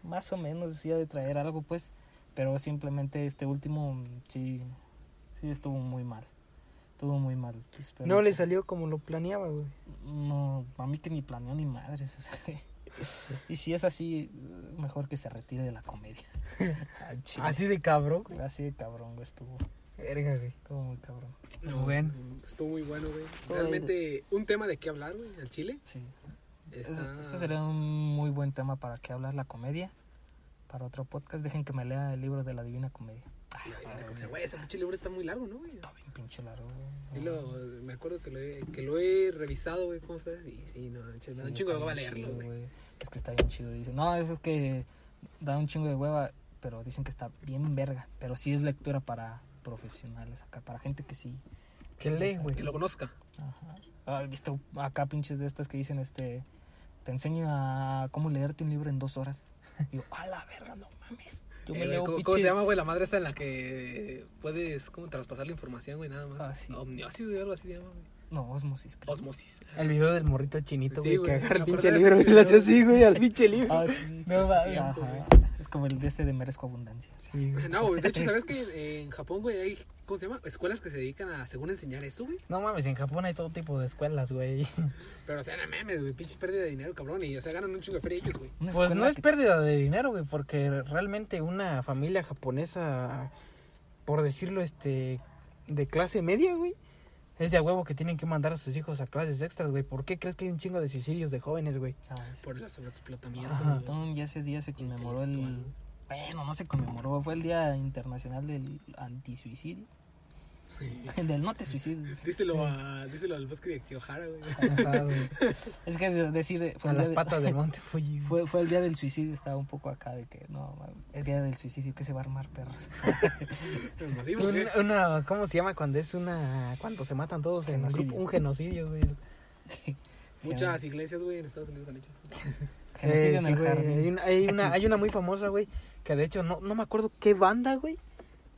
Speaker 1: más o menos sí ha de traer algo pues, pero simplemente este último mm, sí sí estuvo muy mal. Estuvo muy mal. Espero
Speaker 3: No le
Speaker 1: sí.
Speaker 3: salió como lo planeaba, güey.
Speaker 1: No, a mí que ni planeó ni madres. o sea, <laughs> y si es así, mejor que se retire de la
Speaker 3: <laughs>
Speaker 1: comedia. Al chile.
Speaker 3: Así de cabrón, güey.
Speaker 1: Así de cabrón, güey, estuvo.
Speaker 3: Verga, güey.
Speaker 1: Estuvo muy cabrón.
Speaker 3: Pues bueno.
Speaker 2: Estuvo muy bueno, güey.
Speaker 1: Todo
Speaker 2: Realmente, un tema de qué hablar, güey, al Chile.
Speaker 1: Sí.
Speaker 2: Está-
Speaker 1: Eso sería un muy buen tema para que hablar la comedia. Para otro podcast, dejen que me lea el libro de la Divina Comedia. Ay,
Speaker 2: La- la-
Speaker 1: ay,
Speaker 2: la- la- Güey, ese pinche libro está muy largo, ¿no, güey?
Speaker 1: está bien pinche largo. güey.
Speaker 2: Sí, lo, me acuerdo que lo he, que lo he revisado, güey, ¿cómo está? Y sí, no, manches, me da
Speaker 1: Sí,
Speaker 2: un chingo de
Speaker 1: está
Speaker 2: hueva
Speaker 1: bien
Speaker 2: leerlo,
Speaker 1: chido,
Speaker 2: güey.
Speaker 1: güey. Es que está bien chido, dice. No, eso es que da un chingo de hueva, pero dicen que está bien verga. Pero sí es lectura para profesionales acá, para gente que sí.
Speaker 3: Que lee, güey.
Speaker 2: Que lo conozca.
Speaker 1: Ajá. Ah, he visto acá pinches de estas que dicen, este, te enseño a cómo leerte un libro en dos
Speaker 2: <laughs>
Speaker 1: horas. Y yo, a la verga, no mames. Yo me
Speaker 2: Eh,
Speaker 1: leo
Speaker 2: ¿cómo,
Speaker 1: pinches-
Speaker 2: cómo se llama, güey? La madre esta en la que puedes como traspasar la información, güey, nada más.
Speaker 1: Ah, sí.
Speaker 2: Omniosis, güey, algo así se llama, güey.
Speaker 1: No, osmosis. creo.
Speaker 2: Osmosis.
Speaker 3: El video del morrito chinito,
Speaker 2: Sí,
Speaker 3: güey.
Speaker 2: güey,
Speaker 3: que agarra
Speaker 2: me
Speaker 3: el pinche
Speaker 2: acordé de
Speaker 3: libro
Speaker 2: ese
Speaker 3: y lo hace
Speaker 2: video.
Speaker 3: así, güey, al pinche libro.
Speaker 1: Ah, sí.
Speaker 3: No,
Speaker 1: Ajá.
Speaker 3: va.
Speaker 2: tiempo, güey.
Speaker 1: Es como el de este de Merezco Abundancia.
Speaker 3: Sí, güey.
Speaker 2: No, güey, de hecho, ¿sabes que en Japón, güey, hay, ¿cómo se llama? Escuelas que se dedican a, según enseñar eso, güey.
Speaker 3: No mames, en Japón hay todo tipo de escuelas, güey.
Speaker 2: Pero, o sea, no mames, güey, pinche pérdida de dinero, cabrón. Y, o sea, ganan un chingo de feria ellos, güey.
Speaker 1: Una
Speaker 3: Pues no
Speaker 1: escuela
Speaker 3: es
Speaker 1: que-
Speaker 3: pérdida de dinero, güey, porque realmente una familia japonesa, por decirlo, este, de clase media, güey, es de a huevo que tienen que mandar a sus hijos a clases extras, güey. ¿Por qué crees que hay un chingo de suicidios de jóvenes, güey?
Speaker 1: Ah, sí.
Speaker 2: Por el sobreexplotamiento,
Speaker 3: Ajá.
Speaker 2: güey.
Speaker 1: Entonces, ya ese día se conmemoró el...
Speaker 2: Intelectual.
Speaker 1: Bueno, no se conmemoró, fue el Día Internacional del Antisuicidio. <laughs> Del no te suicides.
Speaker 2: Díselo, a, díselo al bosque de Kiohara, güey.
Speaker 3: Ajá, güey.
Speaker 1: Es que decir... eh, <laughs> Fue
Speaker 3: a
Speaker 1: el
Speaker 3: las
Speaker 1: día de-
Speaker 3: patas del monte Fuji. güey.
Speaker 1: <laughs> Fue, fue el día del suicidio, estaba un poco acá de que, no, ma- el día del suicidio, que se va a armar
Speaker 3: Eh,
Speaker 1: perros.
Speaker 2: El masivo, güey.
Speaker 3: Un- una, ¿cómo se llama cuando es una, cuando se matan todos en un
Speaker 1: Genocidio.
Speaker 3: grupo? Un genocidio, güey.
Speaker 2: Muchas iglesias, güey, en Estados Unidos han hecho.
Speaker 1: Genocidio
Speaker 3: Eh,
Speaker 1: en
Speaker 3: sí,
Speaker 1: el
Speaker 3: güey,
Speaker 1: jardín.
Speaker 3: Hay una, hay una, hay una muy famosa, güey, que de hecho no, no me acuerdo qué banda, güey.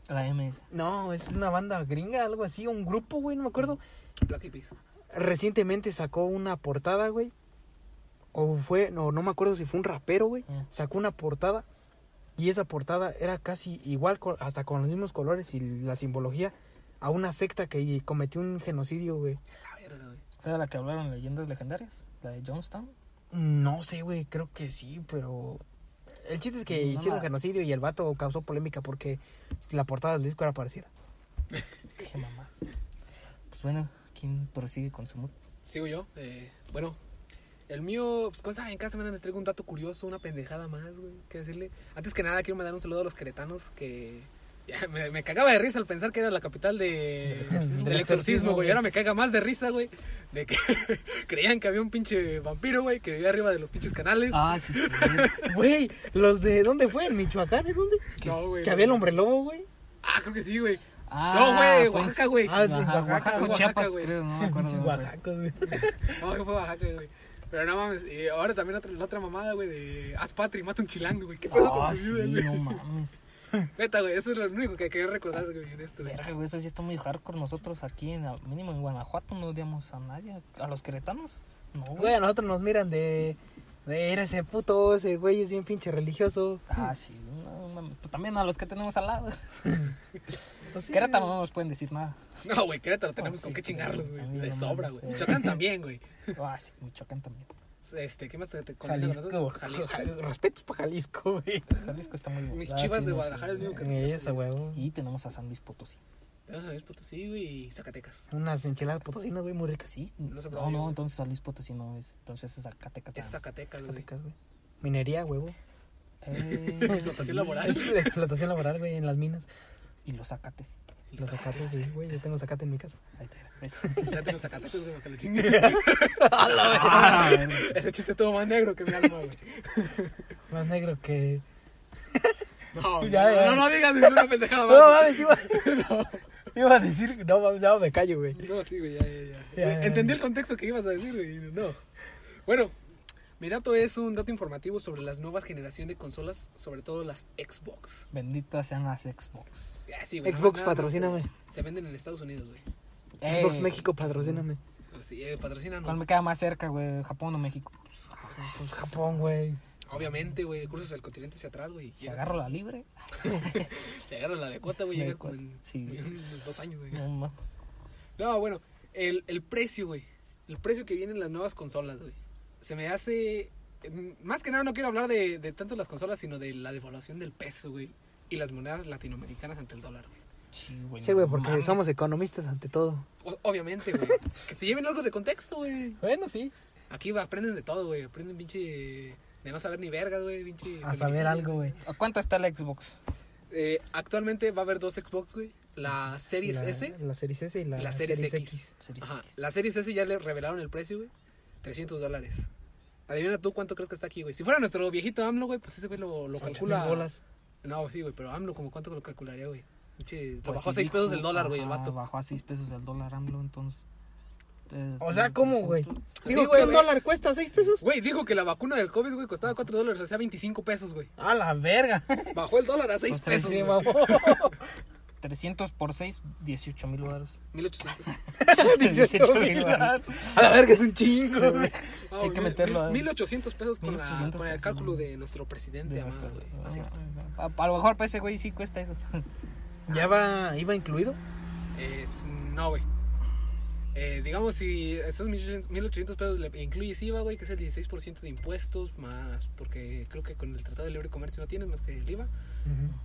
Speaker 1: La MS.
Speaker 3: No, es una banda gringa, algo así, un grupo, güey, no me acuerdo.
Speaker 2: Black Eyed Peas.
Speaker 3: Recientemente sacó una portada, güey. O fue, no, no me acuerdo si fue un rapero, güey.
Speaker 1: Ah.
Speaker 3: Sacó una portada. Y esa portada era casi igual, co- hasta con los mismos colores y la simbología, a una secta que cometió un genocidio, güey.
Speaker 2: La verga, güey.
Speaker 1: ¿Fue de la que hablaron en leyendas legendarias? ¿La de Jonestown?
Speaker 3: No sé, güey, creo que sí, pero... El chiste es que
Speaker 1: No,
Speaker 3: hicieron
Speaker 1: nada.
Speaker 3: genocidio y el vato causó polémica porque la portada del disco era parecida.
Speaker 1: Qué mamá. Pues bueno, ¿quién prosigue con su mood?
Speaker 2: Sigo yo. Eh, bueno, el mío, pues como saben, cada semana les traigo un dato curioso, una pendejada más, güey. ¿Qué decirle? Antes que nada, quiero mandar un saludo a los queretanos que. ya, <laughs> me, me cagaba de risa al pensar que era la capital de,
Speaker 3: exorcismo.
Speaker 2: del
Speaker 3: Del exorcismo,
Speaker 2: exorcismo, güey.
Speaker 3: güey.
Speaker 2: Ahora me caga más de risa, güey. De que <laughs> creían que había un pinche vampiro, güey, que vivía arriba de los pinches canales.
Speaker 1: Ah, sí, sí.
Speaker 3: <laughs> Güey, los de... ¿Dónde fue? ¿En Michoacán? ¿En dónde?
Speaker 2: no, güey.
Speaker 3: Que había el hombre lobo, güey.
Speaker 2: Ah, creo que sí, güey.
Speaker 1: Ah,
Speaker 2: no, güey,
Speaker 1: fue-
Speaker 2: Oaxaca, güey.
Speaker 3: Ah, sí,
Speaker 1: Ajá,
Speaker 3: Oaxaca,
Speaker 1: Oaxaca, o
Speaker 2: Oaxaca,
Speaker 1: Chiapas,
Speaker 2: güey.
Speaker 1: creo, <laughs> no me acuerdo.
Speaker 3: <laughs> Pinches
Speaker 1: dónde fue.
Speaker 3: oaxacos, güey.
Speaker 2: No, que fue Oaxaca, güey. Pero no mames, y ahora también otra, la otra mamada, güey, de haz patria y mata un chilango, güey. ¿Qué pedo
Speaker 1: Ah,
Speaker 2: con su
Speaker 1: sí,
Speaker 2: vida, güey?
Speaker 1: no mames.
Speaker 2: Neta, güey, eso es lo único que quería recordar, güey, en esto, güey.
Speaker 1: Verga, güey, eso sí está muy hardcore. Nosotros aquí, en, al mínimo en Guanajuato, no odiamos a nadie. ¿A los queretanos? No,
Speaker 3: Güey,
Speaker 1: güey.
Speaker 3: a nosotros nos miran de... De era ese puto, ese güey es bien pinche religioso.
Speaker 1: Ah, sí, no mames. Pues también a los que tenemos al lado.
Speaker 3: Pues sí,
Speaker 1: Querétaro no nos pueden decir nada.
Speaker 2: No, güey, Querétaro tenemos
Speaker 1: Ah,
Speaker 2: con
Speaker 1: sí,
Speaker 2: qué chingarlos,
Speaker 1: a
Speaker 2: güey.
Speaker 1: mí
Speaker 2: De
Speaker 1: no
Speaker 2: sobra,
Speaker 1: mames,
Speaker 2: güey.
Speaker 1: eh.
Speaker 2: Michoacán también, güey.
Speaker 1: Ah, sí, Michoacán también.
Speaker 2: Este, ¿qué más te, te combina con
Speaker 3: Jalisco,
Speaker 2: nosotros? Jalisco. güey.
Speaker 3: Respetos para Jalisco, güey.
Speaker 1: Jalisco está muy bueno.
Speaker 2: Mis
Speaker 1: Ah,
Speaker 2: chivas
Speaker 1: sí,
Speaker 2: de
Speaker 1: no,
Speaker 2: Guadalajara,
Speaker 1: sí,
Speaker 2: el único
Speaker 3: Eh, Esa, huevo.
Speaker 1: Y tenemos a San Luis Potosí.
Speaker 2: Te vas a ver, puto, sí, güey, y Zacatecas.
Speaker 3: Unas enchiladas potosinas, güey, muy ricas.
Speaker 1: Sí,
Speaker 2: No se
Speaker 1: no,
Speaker 2: probó,
Speaker 1: no,
Speaker 2: güey.
Speaker 1: entonces San Luis Potosí no es. Entonces es Zacatecas.
Speaker 2: Es
Speaker 1: nada más.
Speaker 2: Zacatecas, güey.
Speaker 3: Zacatecas, güey. Minería, huevo.
Speaker 2: <laughs>
Speaker 1: Eh,
Speaker 2: Explotación laboral.
Speaker 3: Es <laughs> de explotación laboral, güey, en las minas.
Speaker 1: y los Zacates.
Speaker 3: Los zacates, sí, güey. Yo tengo zacate en mi casa.
Speaker 1: Ahí te ves.
Speaker 2: Ya tengo Zacatecas, güey, para que lo chingue.
Speaker 1: Ah, la verga.
Speaker 2: Ese chiste estuvo más negro que mi alma, güey.
Speaker 3: Más negro que.
Speaker 2: No,
Speaker 3: Ya,
Speaker 2: no,
Speaker 3: ya.
Speaker 2: no, no digas güey, una pendejada
Speaker 3: No
Speaker 2: más. güey.
Speaker 3: mames, iba. Iba a decir. No mames, no, me callo, güey.
Speaker 2: <laughs> No, sí, güey, ya, ya, ya.
Speaker 3: Ya, ya, ya.
Speaker 2: Entendí el contexto que ibas a decir, güey. No. Bueno, mi dato es un dato informativo sobre las nuevas generación de consolas, sobre todo las Xbox.
Speaker 1: Benditas sean las Xbox.
Speaker 2: Ah, sí, güey,
Speaker 3: Xbox,
Speaker 2: nada más,
Speaker 3: patrocíname.
Speaker 2: eh, Se venden en Estados Unidos, güey.
Speaker 3: Xbox
Speaker 1: Eh,
Speaker 3: México, patrocíname.
Speaker 2: Sí, eh, patrocínanos.
Speaker 1: ¿Cuál me queda más cerca, güey? ¿Japón o México?
Speaker 3: Pues Japón, güey.
Speaker 2: Obviamente, güey, cruzas el continente hacia atrás, güey.
Speaker 1: Si agarro la libre.
Speaker 2: Se agarra la becota, güey,
Speaker 1: Me
Speaker 2: llegas como
Speaker 1: cuat-
Speaker 2: en,
Speaker 1: sí.
Speaker 2: en unos <laughs> dos años, güey.
Speaker 1: No, ma-
Speaker 2: No, bueno, el, el precio, güey. El precio que vienen las nuevas consolas, güey. Se me hace... mm, Más que nada no quiero hablar de, de tanto las consolas, sino de la devaluación del peso, güey. Y las monedas latinoamericanas ante el dólar, güey.
Speaker 1: Sí, güey.
Speaker 3: Sí,
Speaker 1: no
Speaker 3: güey, porque
Speaker 1: mames.
Speaker 3: somos economistas ante todo.
Speaker 2: O- obviamente,
Speaker 3: <laughs>
Speaker 2: güey. que se lleven algo de contexto, güey.
Speaker 3: Bueno, sí.
Speaker 2: Aquí va, aprenden de todo, güey. Aprenden pinche... De no saber ni vergas, güey. Pinche...
Speaker 3: A saber
Speaker 2: feminicidio,
Speaker 3: algo, güey.
Speaker 1: ¿A cuánto está la Xbox?
Speaker 2: Eh, actualmente va a haber dos Xbox, güey. La Series
Speaker 3: La-
Speaker 2: S
Speaker 3: La Series S y la,
Speaker 2: y la Series, X.
Speaker 1: Series
Speaker 2: Ajá.
Speaker 1: X.
Speaker 2: La Series S ya le revelaron el precio, güey. 300 dólares. Adivina tú cuánto crees que está aquí, güey. Si fuera nuestro viejito AMLO, güey, pues ese güey lo, lo
Speaker 3: Ocho mil
Speaker 2: calcula.
Speaker 3: bolas.
Speaker 2: No, sí, güey, pero AMLO, como cuánto lo calcularía, güey? Pinche, lo
Speaker 1: Pues
Speaker 2: bajó a
Speaker 1: sí,
Speaker 2: 6 pesos
Speaker 1: dijo,
Speaker 2: el dólar, güey, el
Speaker 1: ajá,
Speaker 2: vato.
Speaker 1: Bajó a 6 pesos el dólar, AMLO, entonces. eh,
Speaker 3: O sea, ¿cómo, güey?
Speaker 1: 300.
Speaker 2: Sí,
Speaker 3: Digo,
Speaker 2: güey,
Speaker 3: ¿qué un
Speaker 2: güey.
Speaker 3: dólar cuesta? ¿Seis pesos?
Speaker 2: Güey, dijo que la vacuna del COVID, güey, costaba 4 dólares, o sea, 25 pesos, güey.
Speaker 3: A la verga.
Speaker 2: Bajó el dólar a 6
Speaker 1: Pues
Speaker 2: <laughs> pesos.
Speaker 3: Sí,
Speaker 2: güey.
Speaker 3: mamón.
Speaker 1: 300 por 6, 18 mil dólares.
Speaker 2: 1800.
Speaker 1: mil
Speaker 3: A la verga, es un chingo, güey.
Speaker 1: Sí, hay que meterlo ahí.
Speaker 2: 1800 pesos con, la-
Speaker 1: 1800
Speaker 2: con el
Speaker 1: pesos,
Speaker 2: cálculo
Speaker 1: güey.
Speaker 2: de nuestro presidente.
Speaker 1: De
Speaker 2: amado,
Speaker 1: nuestra-
Speaker 2: güey.
Speaker 1: Ah,
Speaker 2: Ah, cierto.
Speaker 1: a, a lo mejor para ese güey sí cuesta eso. <laughs>
Speaker 3: ¿Ya va, iba incluido?
Speaker 2: Es- no, güey. Eh, digamos, si esos 1800 1800 pesos le incluyes IVA, güey, que es el 16% de impuestos, más, porque creo que con el Tratado de Libre Comercio no tienes más que el IVA,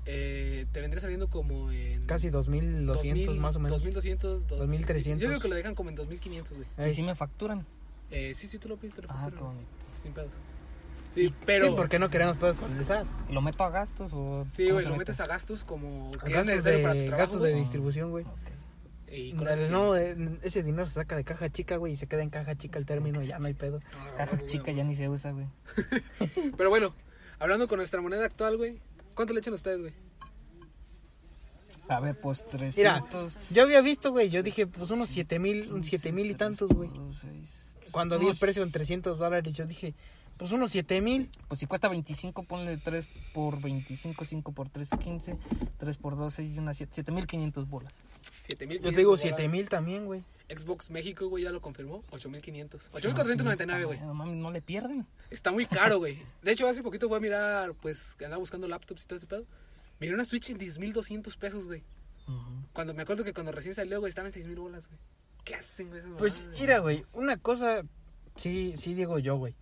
Speaker 2: eh, te vendría saliendo como en...
Speaker 3: Casi 2200 más o menos.
Speaker 2: 2200,
Speaker 3: 2300.
Speaker 2: Yo creo que lo dejan como en 2500, güey.
Speaker 1: Y
Speaker 3: Ey.
Speaker 1: si me facturan.
Speaker 2: Eh, sí, sí, tú lo pides, te lo
Speaker 1: Ah,
Speaker 2: facturan,
Speaker 1: qué bonito.
Speaker 2: Sin pedos. Sí, pero...
Speaker 3: Sí, porque no queremos pedos con el SAT.
Speaker 1: ¿Lo meto a gastos o.?
Speaker 2: Sí, güey, lo metes a gastos como que es
Speaker 3: Gastos
Speaker 2: necesario para tu
Speaker 3: de,
Speaker 2: trabajo.
Speaker 3: gastos de
Speaker 2: güey.
Speaker 3: distribución, güey.
Speaker 2: Y con este- eso
Speaker 3: Dale,
Speaker 2: te-
Speaker 3: No, eh, ese dinero se saca de caja chica, güey, y se queda en caja chica el término, ya no hay pedo.
Speaker 2: Ah,
Speaker 1: Caja
Speaker 2: güey,
Speaker 1: chica
Speaker 2: güey.
Speaker 1: ya ni se usa, güey.
Speaker 2: Pero bueno, hablando con nuestra moneda actual, güey. ¿Cuánto le echan ustedes, güey?
Speaker 1: A ver, pues 300.
Speaker 3: Mira, yo había visto, güey, yo dije, pues unos 7 mil, un 7 mil y tantos, güey.
Speaker 1: pues,
Speaker 3: Cuando vi el precio en 300 dólares, yo dije, pues unos 7 mil.
Speaker 1: Pues si cuesta 25, ponle 3 por 25, 5 por 3, 15, 3 por 12 y unas 7, 7500 bolas.
Speaker 2: 7500.
Speaker 3: Yo te digo
Speaker 2: bolas.
Speaker 3: 7 mil Ah, también, güey.
Speaker 2: Xbox México, güey, ya lo confirmó. 8500. 8499, güey.
Speaker 1: No mames, no le pierden.
Speaker 2: Está muy caro, güey. De hecho, hace poquito voy a mirar, pues, que andaba buscando laptops y todo ese pedo. Miré una Switch en 10200 pesos, güey. Cuando me acuerdo que cuando recién salió, güey, estaba en 6000 bolas, güey. ¿Qué hacen, güey? esas
Speaker 3: Pues
Speaker 2: mamadas,
Speaker 3: mira, güey, una cosa, sí, sí digo yo, güey.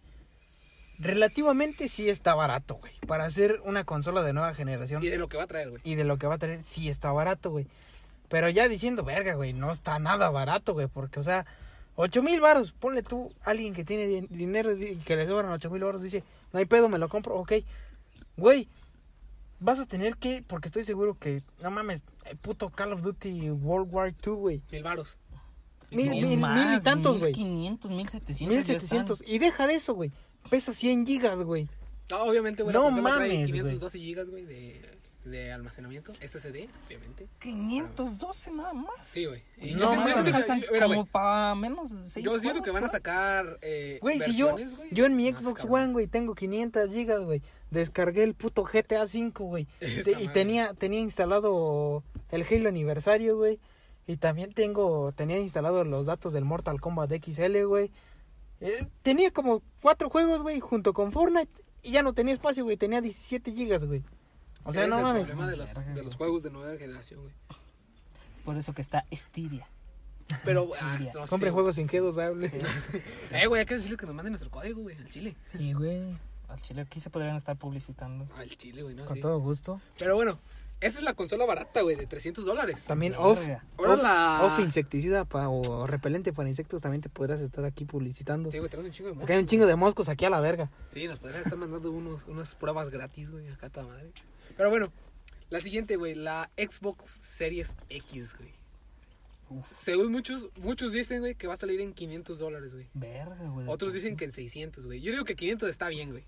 Speaker 3: Relativamente sí está barato, güey. Para hacer una consola de nueva generación
Speaker 2: Y de lo que va a traer, güey.
Speaker 3: y de lo que va a traer, sí está barato, güey. Pero ya diciendo, verga, güey, no está nada barato, güey. Porque, o sea, 8 mil baros, ponle tú, alguien que tiene di- dinero y que le sobran 8 mil baros, dice, no hay pedo, me lo compro, ok. Güey, vas a tener que, porque estoy seguro que, no mames, el puto Call of Duty World War II, güey.
Speaker 2: Mil varos.
Speaker 3: Mil,
Speaker 2: No
Speaker 3: mil, mil y tantos, güey.
Speaker 1: 1500, 1700.
Speaker 3: 1700. Y deja de eso, güey. Pesa 100 gigas, güey.
Speaker 2: No, obviamente, güey,
Speaker 3: No
Speaker 2: la consola trae
Speaker 3: mames,
Speaker 2: 512 gigas, güey, de, de almacenamiento. SSD, obviamente.
Speaker 1: 512 nada más.
Speaker 2: Sí, güey. Y
Speaker 3: No
Speaker 2: yo, siento- yo
Speaker 3: mames.
Speaker 2: siento que-
Speaker 1: alcanzan
Speaker 2: mira, güey,
Speaker 1: como para menos de 6
Speaker 2: yo siento que van a sacar. eh,
Speaker 3: Güey, si yo,
Speaker 2: versiones, güey,
Speaker 3: yo en mi
Speaker 2: más
Speaker 3: Xbox
Speaker 2: cabrón.
Speaker 3: One, güey, tengo 500 gigas, güey. Descargué el puto GTA 5, güey.
Speaker 2: <laughs> Esa
Speaker 3: Te- y
Speaker 2: madre.
Speaker 3: tenía, tenía instalado el Halo Aniversario, güey. Y también tengo, tenía instalado los datos del Mortal Kombat XL, güey. Eh, tenía como cuatro juegos, güey, junto con Fortnite. Y ya no tenía espacio, güey. Tenía 17 gigas, güey. O sea,
Speaker 2: Ese
Speaker 3: no
Speaker 2: es
Speaker 3: mames.
Speaker 2: El problema de los, de los juegos de nueva generación, güey.
Speaker 1: Es por eso que está Estiria.
Speaker 3: <laughs>
Speaker 2: Pero, güey, ah,
Speaker 1: Chile.
Speaker 2: no sé,
Speaker 3: Compre
Speaker 2: güey.
Speaker 3: juegos sin que
Speaker 2: <laughs>
Speaker 3: dos hable.
Speaker 2: Eh, güey, hay que decirle que nos manden nuestro código, güey, al chile.
Speaker 3: Y, güey,
Speaker 1: Al chile aquí se podrían estar publicitando.
Speaker 2: Al chile, güey, no
Speaker 3: con
Speaker 2: sé.
Speaker 3: todo gusto.
Speaker 2: Pero bueno, esa es la consola barata, güey, de 300 dólares.
Speaker 3: También
Speaker 1: Verga.
Speaker 3: off,
Speaker 2: Ahora
Speaker 3: off,
Speaker 2: la-
Speaker 3: off insecticida pa- o repelente para insectos también te podrás estar aquí publicitando.
Speaker 2: Sí, güey, tenemos un chingo de
Speaker 3: Porque hay un
Speaker 2: moscas.
Speaker 3: chingo de moscos aquí a la verga.
Speaker 2: Sí, nos podrían estar mandando unos, unas pruebas gratis, güey, acá toda madre. Pero bueno, la siguiente, güey, la Xbox Series X, güey. Según muchos, muchos dicen, güey, que va a salir en 500 dólares, güey.
Speaker 1: Verga, güey.
Speaker 2: Otros dicen que en 600, güey. Yo digo que 500 está bien, güey.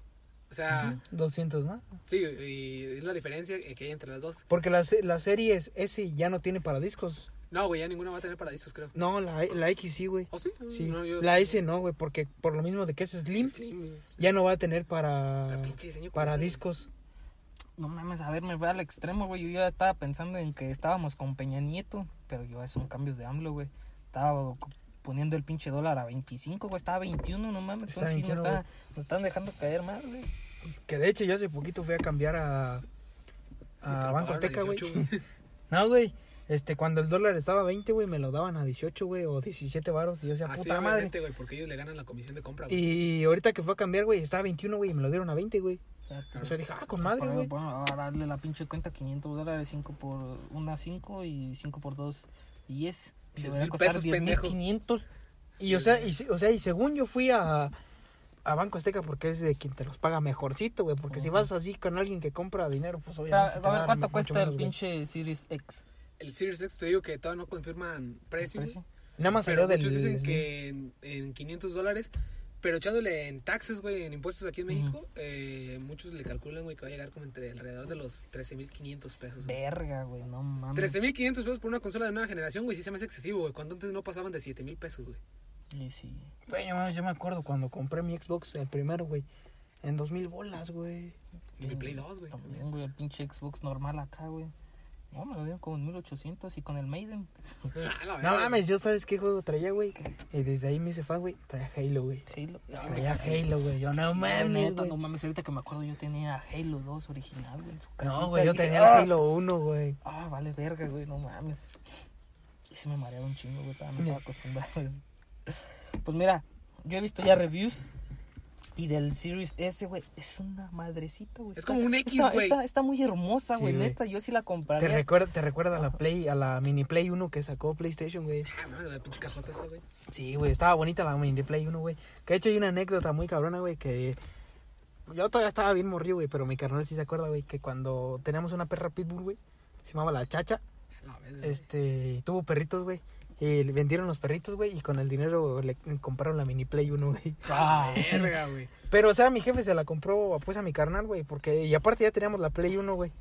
Speaker 2: O sea,
Speaker 3: 200 más.
Speaker 2: sí, y es la diferencia que hay entre las dos.
Speaker 3: Porque la, se- la serie S ya no tiene para discos.
Speaker 2: No, güey, ya ninguna va a tener paradisos, creo.
Speaker 3: No, la, la X sí, güey.
Speaker 2: ¿O sí?
Speaker 3: Sí.
Speaker 2: No, yo-
Speaker 3: la S no, güey, porque por lo mismo de que es Slim,
Speaker 2: Slim, güey.
Speaker 3: ya no va a tener para,
Speaker 2: Pero pinche diseño
Speaker 3: para
Speaker 2: culero,
Speaker 3: discos.
Speaker 1: No mames, a ver, me voy al extremo, güey. Yo ya estaba pensando en que estábamos con Peña Nieto, pero yo son cambios de AMLO, güey. Estaba co- poniendo el pinche dólar a 25, güey. Estaba a 21, no mames.
Speaker 3: Está a
Speaker 1: Entonces sí, nos
Speaker 3: 21,
Speaker 1: está- nos están dejando caer más, güey.
Speaker 3: Que de hecho yo hace poquito fui a cambiar a, a
Speaker 2: lo
Speaker 3: Banco
Speaker 2: pagaron a
Speaker 3: Azteca, güey.
Speaker 2: 18, güey.
Speaker 3: <laughs> No, güey. Este, cuando el dólar estaba a 20, güey, me lo daban a 18, güey, o 17 varos. Y yo decía,
Speaker 2: Así,
Speaker 3: puta madre.
Speaker 2: obviamente, güey, porque ellos le ganan la comisión de compra, güey.
Speaker 3: Y ahorita que fue a cambiar, güey, estaba a 21, güey, y me lo dieron a 20, güey. O sea, dije, ah, con madre,
Speaker 1: Para,
Speaker 3: güey.
Speaker 1: bueno, a darle la pinche cuenta 500 dólares, 5 por 1, 5 y 5 por 2, 10.
Speaker 2: 10,000
Speaker 1: Debería costar
Speaker 2: pesos, pendejo.
Speaker 1: 10.500.
Speaker 3: Y o sea, y, se- o sea, y según yo fui a, a Banco Azteca porque es de quien te los paga mejorcito, güey. Porque si
Speaker 1: Ujú.
Speaker 3: vas así con alguien que compra dinero, pues
Speaker 1: Pero,
Speaker 3: obviamente. te
Speaker 1: A ver,
Speaker 3: dar
Speaker 1: ¿cuánto
Speaker 3: mucho
Speaker 1: cuesta
Speaker 3: menos,
Speaker 1: el
Speaker 3: güey.
Speaker 1: pinche Series X?
Speaker 2: El Series X, te digo que todavía no confirman precio, güey.
Speaker 1: ¿Precio?
Speaker 3: Nada más
Speaker 2: Pero
Speaker 3: salió del.
Speaker 2: muchos dicen que en, en 500 dólares, pero echándole en taxes, güey, en impuestos aquí en
Speaker 1: Ujú.
Speaker 2: México, eh, muchos le calculan, güey, que va a llegar como entre alrededor de los 13.500 pesos. güey.
Speaker 1: Verga, güey, no mames.
Speaker 2: 13.500 pesos por una consola de nueva generación, güey, sí se me hace excesivo, güey. Cuando antes no pasaban de 7.000 pesos, güey.
Speaker 1: Y sí.
Speaker 3: Güey, no mames, yo me acuerdo cuando compré mi Xbox, el primero, güey. En 2000 bolas, güey.
Speaker 2: Y mi Play 2, güey. <laughs>
Speaker 1: También, güey, el pinche Xbox normal acá, güey. No, me lo dieron como en 1800 y con el Maiden. <laughs>
Speaker 2: A Ah, la
Speaker 3: No
Speaker 2: verga.
Speaker 3: mames, yo sabes qué juego traía, güey. Y desde ahí me hice fan, güey. Traía Halo, güey.
Speaker 1: Halo.
Speaker 3: Traía Halo, güey. Yo no
Speaker 1: Sí,
Speaker 3: mames,
Speaker 1: neta,
Speaker 3: güey.
Speaker 1: no mames, ahorita que me acuerdo yo tenía Halo 2 original, güey. en su cajita,
Speaker 3: No, güey, yo
Speaker 1: dije,
Speaker 3: tenía
Speaker 1: "Ah,
Speaker 3: el Halo 1, güey.
Speaker 1: Ah, vale verga, güey, no mames. Y se me mareaba un chingo, güey, todavía no estaba acostumbrado a eso. Pues mira, yo he visto ya reviews y del Series S, güey, es una madrecita, güey.
Speaker 2: Es
Speaker 1: Está-
Speaker 2: como un X,
Speaker 1: está-
Speaker 2: güey.
Speaker 1: Está, está muy hermosa,
Speaker 3: Sí,
Speaker 1: güey,
Speaker 3: güey.
Speaker 1: neta, yo sí la
Speaker 3: Te
Speaker 1: compraría.
Speaker 3: recuerda, te recuerda a la Play, a la mini Play 1 que sacó PlayStation, güey.
Speaker 2: Ah, mames, la pinche cajota esa, güey.
Speaker 3: Sí, güey, estaba bonita la mini Play 1, güey. Que de hecho hay una anécdota muy cabrona, güey, que yo todavía estaba bien morrido, güey, pero mi carnal sí se acuerda, güey, que cuando teníamos una perra pitbull, güey, se llamaba la Chacha,
Speaker 2: A la verga. güey.
Speaker 3: este, tuvo perritos, güey. Y le vendieron los perritos, güey, y con el dinero le compraron la mini Play 1, güey.
Speaker 1: Ah.
Speaker 3: Ah.
Speaker 2: A la verga, güey.
Speaker 3: Pero, o sea, mi jefe se la compró, pues, a mi carnal, güey, porque... Y aparte ya teníamos la Play 1, güey.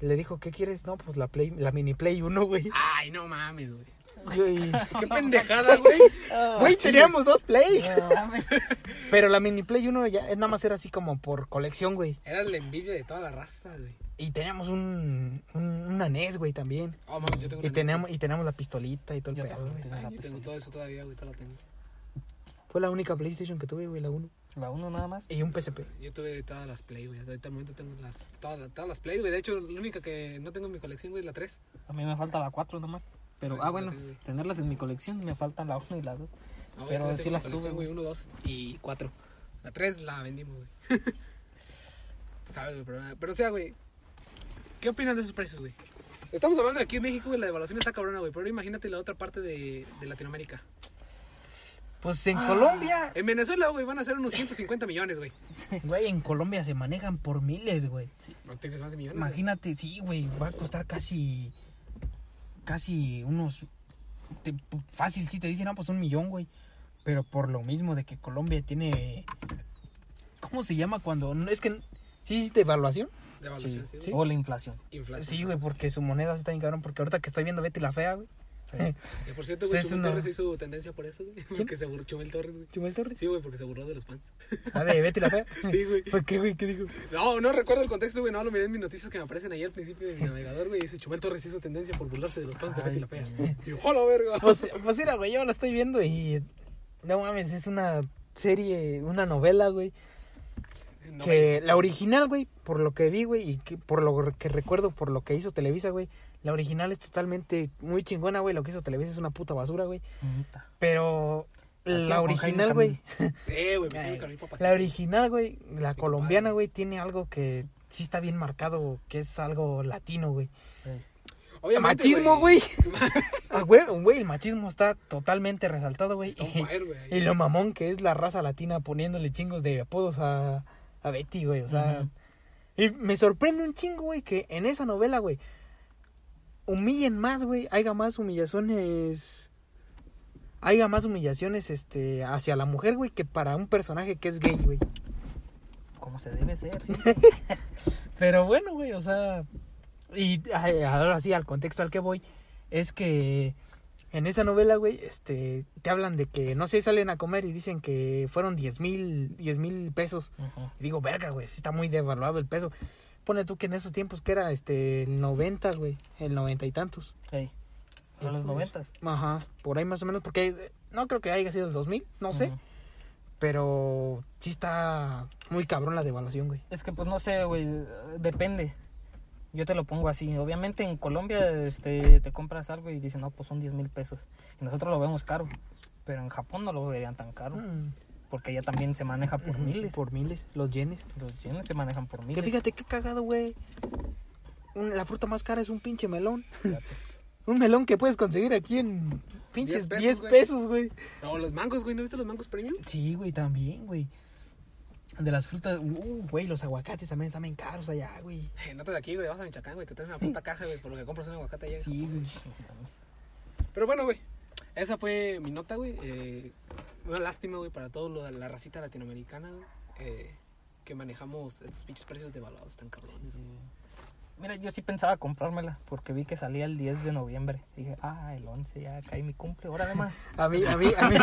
Speaker 3: Le dijo, ¿qué quieres? No, pues la Play, la mini Play 1, güey.
Speaker 2: Ay, no mames, güey.
Speaker 3: Yo, y- <laughs>
Speaker 2: Qué pendejada, güey.
Speaker 1: Ah,
Speaker 3: Güey, teníamos dos Plays.
Speaker 1: no <laughs> mames.
Speaker 3: Pero la mini Play 1 ya eh, nada más era así como por colección, güey.
Speaker 2: Era la envidia de toda la raza, güey.
Speaker 3: Y teníamos un, un, una NES, güey, también.
Speaker 2: Oh, mames, yo tengo una
Speaker 3: Y
Speaker 2: NES,
Speaker 3: teníamos, Pues y teníamos la pistolita y todo el
Speaker 1: Yo
Speaker 3: pedo,
Speaker 1: también
Speaker 3: güey.
Speaker 2: güey.
Speaker 1: tenía la
Speaker 2: Ay, yo tengo
Speaker 1: pistolita.
Speaker 2: todo eso todavía, güey, todo lo tengo.
Speaker 3: Fue la única PlayStation que tuve, güey, la 1.
Speaker 1: La uno nada más.
Speaker 3: Y un PSP.
Speaker 2: Yo tuve de todas las Play, güey. Hasta este momento tengo las, todas, todas las Play, güey. De hecho, la única que no tengo en mi colección, güey, es la 3.
Speaker 1: A mí me falta la 4 nada más. Pero,
Speaker 2: Ay,
Speaker 1: ah,
Speaker 2: yo
Speaker 1: bueno,
Speaker 2: también, güey.
Speaker 1: tenerlas en mi colección, me faltan la 1 y la 2.
Speaker 2: No,
Speaker 1: Pero
Speaker 2: esas
Speaker 1: sí
Speaker 2: tengo en
Speaker 1: las
Speaker 2: mi colección,
Speaker 1: tuve,
Speaker 2: güey. 1, 2 y 4. La 3 la vendimos, güey. <laughs> Sabes, güey, pero, pero o sea, güey. ¿Qué opinan de esos precios, güey? Estamos hablando de aquí en México, güey, la devaluación está cabrona, güey. Pero ahora imagínate la otra parte de, de Latinoamérica.
Speaker 3: Pues en Colombia,
Speaker 2: En Venezuela, güey, van a ser unos 150 millones, güey.
Speaker 3: güey, en Colombia se manejan por miles, güey.
Speaker 2: No te crees más de millones. güey.
Speaker 3: Imagínate, sí, güey, va a costar casi. casi unos. te- fácil, sí, te dicen, ah, pues un millón, güey. Pero por lo mismo de que Colombia tiene. ¿Cómo se llama cuando.? no, Es que. ¿Sí hiciste evaluación?
Speaker 2: Devaluación, sí.
Speaker 3: Sí,
Speaker 2: güey.
Speaker 3: sí.
Speaker 1: O la inflación.
Speaker 2: Inflación.
Speaker 3: Sí, güey, porque su moneda sí está bien cabrón. Porque ahorita que estoy viendo Betty la Fea, güey.
Speaker 2: Que, por cierto, güey,
Speaker 3: Es
Speaker 2: Chumel
Speaker 3: una-
Speaker 2: Torres hizo tendencia por eso, güey. <laughs> Porque se burló Chumel Torres, güey.
Speaker 3: ¿Chumel Torres?
Speaker 2: Sí, güey, porque se burló de los fans.
Speaker 3: Ah, de Betty la <laughs> Fea.
Speaker 2: Sí, güey.
Speaker 3: ¿Por qué, güey? ¿Qué dijo?
Speaker 2: No, no recuerdo el contexto, güey. No, lo miré en mis noticias que me aparecen ahí al principio de mi navegador, güey. Dice Chumel Torres hizo tendencia por burlarse de los fans de Betty la Fea. Y yo, ¡hola, verga!
Speaker 3: Pues, <laughs> pues mira, güey, yo la estoy viendo y. No mames, es una serie, una novela, güey.
Speaker 2: No,
Speaker 3: que la original, güey, por lo que vi, güey, y que, por lo que recuerdo, por lo que hizo Televisa, güey, la original es totalmente muy chingona, güey, lo que hizo Televisa es una puta basura, güey,
Speaker 1: Neta.
Speaker 3: pero la
Speaker 1: con Jaime
Speaker 3: original, güey,
Speaker 2: Eh, güey, me tengo que abrir papas.
Speaker 3: la original, güey, la
Speaker 2: Mi
Speaker 3: colombiana,
Speaker 2: compadre.
Speaker 3: güey, tiene algo que sí está bien marcado, que es algo latino, güey.
Speaker 1: Ey.
Speaker 2: Obviamente,
Speaker 3: machismo, güey. Ah, güey, güey, el machismo está totalmente resaltado,
Speaker 2: <laughs>
Speaker 3: güey.
Speaker 2: Está un fire, güey. ahí.
Speaker 3: Y lo mamón que es la raza latina poniéndole chingos de apodos a, a Betty, güey. O sea, y me sorprende un chingo, güey, que en esa novela, güey, humillen más, güey. Haya más humillaciones. Haya más humillaciones este, hacia la mujer, güey, que para un personaje que es gay, güey.
Speaker 1: Como se debe ser, sí.
Speaker 3: Pero bueno, güey, o sea. Y ay, ahora sí, al contexto al que voy, es que en esa novela, güey, este, te hablan de que, no sé, salen a comer y dicen que fueron 10 mil, 10 mil pesos.
Speaker 1: Ujú.
Speaker 3: Y digo, verga, güey, sí está muy devaluado el peso. Pone tú que en esos tiempos que era, este, el 90, güey, el 90 y tantos.
Speaker 1: Ey,
Speaker 3: Y
Speaker 1: Son los
Speaker 3: pues,
Speaker 1: noventas.
Speaker 3: Ajá, por ahí más o menos, porque eh, no creo que haya sido el 2000, no sé.
Speaker 1: Ujú.
Speaker 3: Pero sí está muy cabrón la devaluación, güey.
Speaker 1: Es que pues no sé, güey, depende. Yo te lo pongo así. Obviamente en Colombia este, te compras algo y dicen, no, pues son 10 mil pesos. Y nosotros lo vemos caro. Pero en Japón no lo verían tan caro.
Speaker 3: Mm.
Speaker 1: Porque allá también se maneja por
Speaker 3: Ujú,
Speaker 1: miles.
Speaker 3: Por miles, los yenes.
Speaker 1: Los yenes se manejan por
Speaker 3: Que
Speaker 1: miles.
Speaker 3: fíjate qué cagado, güey. Un- La fruta más cara es un pinche melón. <laughs>
Speaker 1: Fíjate.
Speaker 3: Un melón que puedes conseguir aquí en pinches
Speaker 2: 10 pesos,
Speaker 3: 10
Speaker 2: güey.
Speaker 3: pesos, güey.
Speaker 2: No, los mangos, güey. ¿No viste los mangos premium?
Speaker 3: Sí, güey, también, güey. De las frutas, uh, güey, los aguacates también están bien caros allá, güey.
Speaker 2: Eh, No te de aquí, güey. Vas a Michoacán, güey. Te traen una puta caja, güey. Por lo que compras un aguacate allá.
Speaker 3: Sí, güey.
Speaker 2: Pero bueno, güey. Esa fue mi nota, güey. Eh, una lástima, güey, para todo lo de la racita latinoamericana, güey. eh, que manejamos estos pinches precios devaluados tan cabrones.
Speaker 3: <laughs>
Speaker 2: güey.
Speaker 1: Mira, yo sí pensaba comprármela porque vi que salía el 10 de noviembre. Dije, ah, el 11 ya cae mi cumple. Ahora
Speaker 3: <laughs>
Speaker 1: además.
Speaker 3: A mí, a mí, a mí,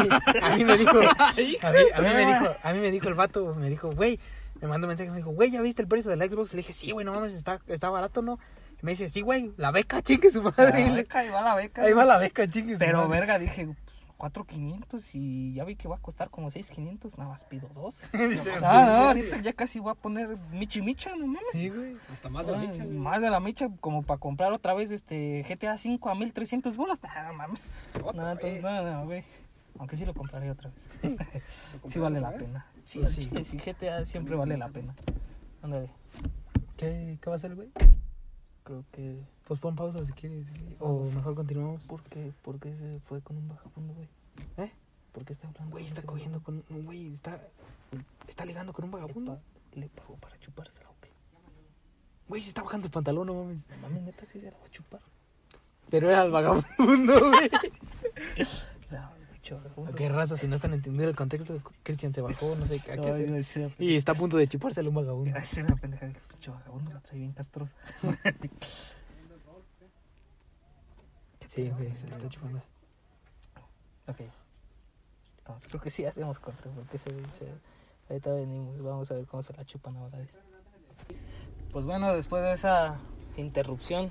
Speaker 3: a mí me dijo, a mí, a mí me dijo, a mí me dijo el vato, me dijo, güey, me mandó un mensaje, me dijo, güey, ¿ya viste el precio del Xbox? Le dije, sí, güey, no mames, está, está barato, ¿no? Y me dice, sí, güey, la beca, chingue su
Speaker 2: Ah,
Speaker 3: madre.
Speaker 1: La beca, ahí va la beca.
Speaker 3: Ahí va la beca, chingue su
Speaker 1: Pero
Speaker 3: madre.
Speaker 1: verga, dije, pues, 4,500 y ya vi que va a costar como 6,500. Nada más pido dos.
Speaker 3: Dice,
Speaker 1: Ah, no, ahorita ya casi voy a poner michi micha, no mames.
Speaker 3: Sí, güey.
Speaker 2: Hasta
Speaker 3: Ah,
Speaker 2: más de la
Speaker 1: Ay,
Speaker 2: micha, güey.
Speaker 1: Más de la micha, como para comprar otra vez este GTA 5 a 1300 bolas. Nah, no mames.
Speaker 2: Otra
Speaker 1: No, entonces,
Speaker 2: vez.
Speaker 1: no, no, güey. Aunque <laughs> sí lo compraré otra vez.
Speaker 2: ¿Lo
Speaker 1: Sí vale la
Speaker 2: comprarás
Speaker 1: pena. Sí,
Speaker 3: Pues
Speaker 1: sí.
Speaker 3: sí.
Speaker 1: sí, GTA siempre vale la pena. Ándale.
Speaker 3: ¿Qué, ¿Qué va a hacer, güey?
Speaker 4: Creo que.
Speaker 3: Pues pon pausa si quieres. güey. O
Speaker 4: Pausa.
Speaker 3: mejor continuamos.
Speaker 4: ¿Por qué, ¿Por qué se fue con un bajabundo, güey?
Speaker 3: ¿Eh?
Speaker 4: ¿Por qué está hablando?
Speaker 3: Güey,
Speaker 4: con
Speaker 3: está
Speaker 4: ese
Speaker 3: cogiendo con. no, Güey, está. Está ligando con un vagabundo.
Speaker 4: Le pagó para chupársela, ¿o qué?
Speaker 3: Güey, se está bajando el pantalón, no mames.
Speaker 4: No mames, neta, sí se la va a chupar.
Speaker 3: Pero era el vagabundo, <laughs> güey.
Speaker 1: La-
Speaker 4: Pinche vagabundo.
Speaker 3: Qué raza, si no están entendiendo el contexto, Cristian se bajó, no sé a qué
Speaker 1: Ay,
Speaker 3: hacer.
Speaker 1: güey, sí, la
Speaker 3: Y está a punto de chupárselo a un vagabundo.
Speaker 1: pendeja- sí, la pendeja del pinche vagabundo la trae bien castrosa.
Speaker 3: Sí, güey, se lo está chupando.
Speaker 1: <laughs> Ok. Entonces creo que sí hacemos corte porque se, se- ahorita venimos, vamos a ver cómo se la chupan ahora. ¿ves? Pues bueno, después de esa interrupción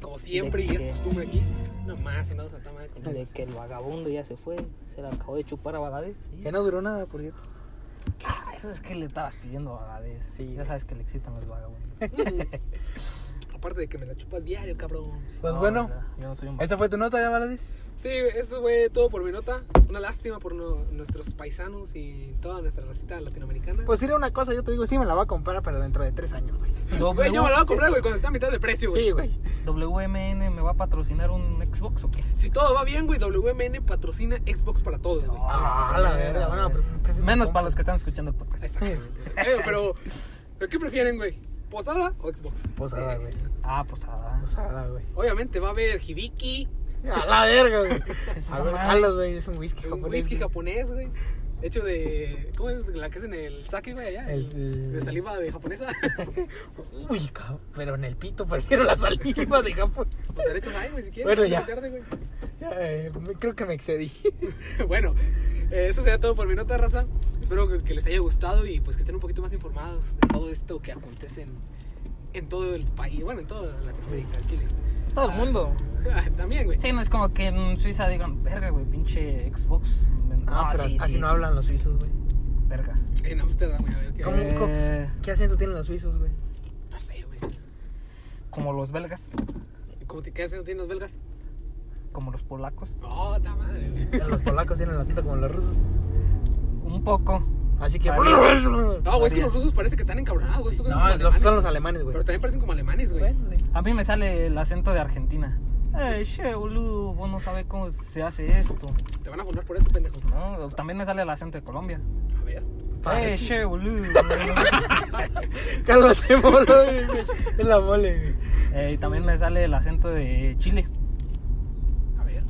Speaker 2: Como siempre, y
Speaker 1: ¿De
Speaker 2: es
Speaker 1: qué?
Speaker 2: costumbre aquí. No más, y no se está mal con
Speaker 1: de que el vagabundo ya se fue, se la acabó de chupar a Vagadez.
Speaker 3: Ya no duró nada, por cierto.
Speaker 1: Ah, eso es que le estabas pidiendo a Vagadez.
Speaker 3: Sí,
Speaker 1: ya
Speaker 3: güey.
Speaker 1: sabes que le excitan los <laughs> vagabundos.
Speaker 2: Aparte de que me la chupas diario, cabrón.
Speaker 3: Pues
Speaker 1: No,
Speaker 3: bueno,
Speaker 1: ya, yo no soy un
Speaker 3: esa fue tu nota, ya, Valadis.
Speaker 2: Sí, eso fue todo por mi nota. Una lástima por no- nuestros paisanos y toda nuestra racita latinoamericana.
Speaker 3: Pues era una cosa, yo te digo, sí me la va a comprar, pero dentro de tres años, güey.
Speaker 2: Güey, yo me
Speaker 1: W-
Speaker 2: la voy a comprar, güey, cuando está a mitad de precio, güey.
Speaker 3: Sí, güey.
Speaker 1: WMN me va a patrocinar un Xbox o qué?
Speaker 2: Si todo va bien, güey, WMN patrocina Xbox para todos, güey.
Speaker 3: Ah, la verga. Bueno, pre- prefiero
Speaker 1: Menos
Speaker 3: comprar.
Speaker 1: para los que están escuchando el podcast.
Speaker 2: Exactamente. güey. Eh, pero, ¿pero ¿qué prefieren, güey? ¿Posada o Xbox?
Speaker 3: Posada, güey.
Speaker 1: Ah, posada.
Speaker 3: Posada, güey.
Speaker 2: Obviamente va a haber Hibiki,
Speaker 3: A la verga, güey.
Speaker 1: es
Speaker 3: A
Speaker 1: esa
Speaker 3: ver,
Speaker 1: madre?
Speaker 3: jalo, güey. Es un whisky
Speaker 2: un
Speaker 3: japonés.
Speaker 2: whisky
Speaker 3: güey.
Speaker 2: japonés, güey. Hecho de. ¿Cómo es la que hacen el sake, güey, allá?
Speaker 3: El- el-
Speaker 2: De saliva de
Speaker 3: <laughs>
Speaker 2: japonesa.
Speaker 3: Uy, cabrón. Pero en el pito prefiero la saliva de Japón.
Speaker 2: Los derechos hay, güey, si quieren.
Speaker 3: Bueno, ya.
Speaker 2: Tarde, güey. <laughs>
Speaker 3: Ya, eh, me- creo que me excedí.
Speaker 2: bueno, eh, eso sería todo por mi nota, raza. Espero que, que les haya gustado y pues que estén un poquito más informados de todo esto que acontece en, en todo el país, bueno, en toda Latinoamérica, en Chile. <laughs>
Speaker 1: Todo el mundo.
Speaker 2: Ah, También, güey.
Speaker 1: Sí, no es como que en Suiza digan, verga, güey, pinche Xbox.
Speaker 3: Ah, pero
Speaker 1: sí,
Speaker 3: así
Speaker 1: sí,
Speaker 3: no
Speaker 1: sí,
Speaker 3: hablan los suizos, güey.
Speaker 1: Verga.
Speaker 2: En Amsterdam, güey, a ver qué.
Speaker 3: ¿Cómo? co-
Speaker 1: Eh,
Speaker 3: ¿Qué acento tienen los suizos, güey?
Speaker 2: No sé, güey.
Speaker 1: como los belgas,
Speaker 2: ¿Cómo te quedas haciendo los belgas?
Speaker 1: como los polacos.
Speaker 2: No, ta madre, güey.
Speaker 3: <laughs> Los polacos tienen el acento como los rusos.
Speaker 1: Un poco.
Speaker 3: Así que.
Speaker 1: Vale.
Speaker 2: No, güey, es que
Speaker 1: Sabía.
Speaker 2: los rusos parece que están encabronados, güey. estos güeyes
Speaker 3: No,
Speaker 2: como
Speaker 3: los, son
Speaker 2: alemanes.
Speaker 3: los alemanes, güey.
Speaker 2: ¿eh? Pero también parecen como alemanes, güey.
Speaker 3: Bueno, sí.
Speaker 1: A mí me sale el acento de Argentina. Eh, che, boludo, vos no sabés cómo se hace esto.
Speaker 2: Te van a poner por eso, pendejo.
Speaker 1: ¿no? También me sale el acento de Colombia.
Speaker 2: A ver.
Speaker 1: Eh,
Speaker 3: Parece-
Speaker 1: che, boludo. <laughs>
Speaker 3: Cálmate, molo, güey. Es la mole, güey.
Speaker 1: Eh, y también me sale el acento de Chile.
Speaker 2: A ver.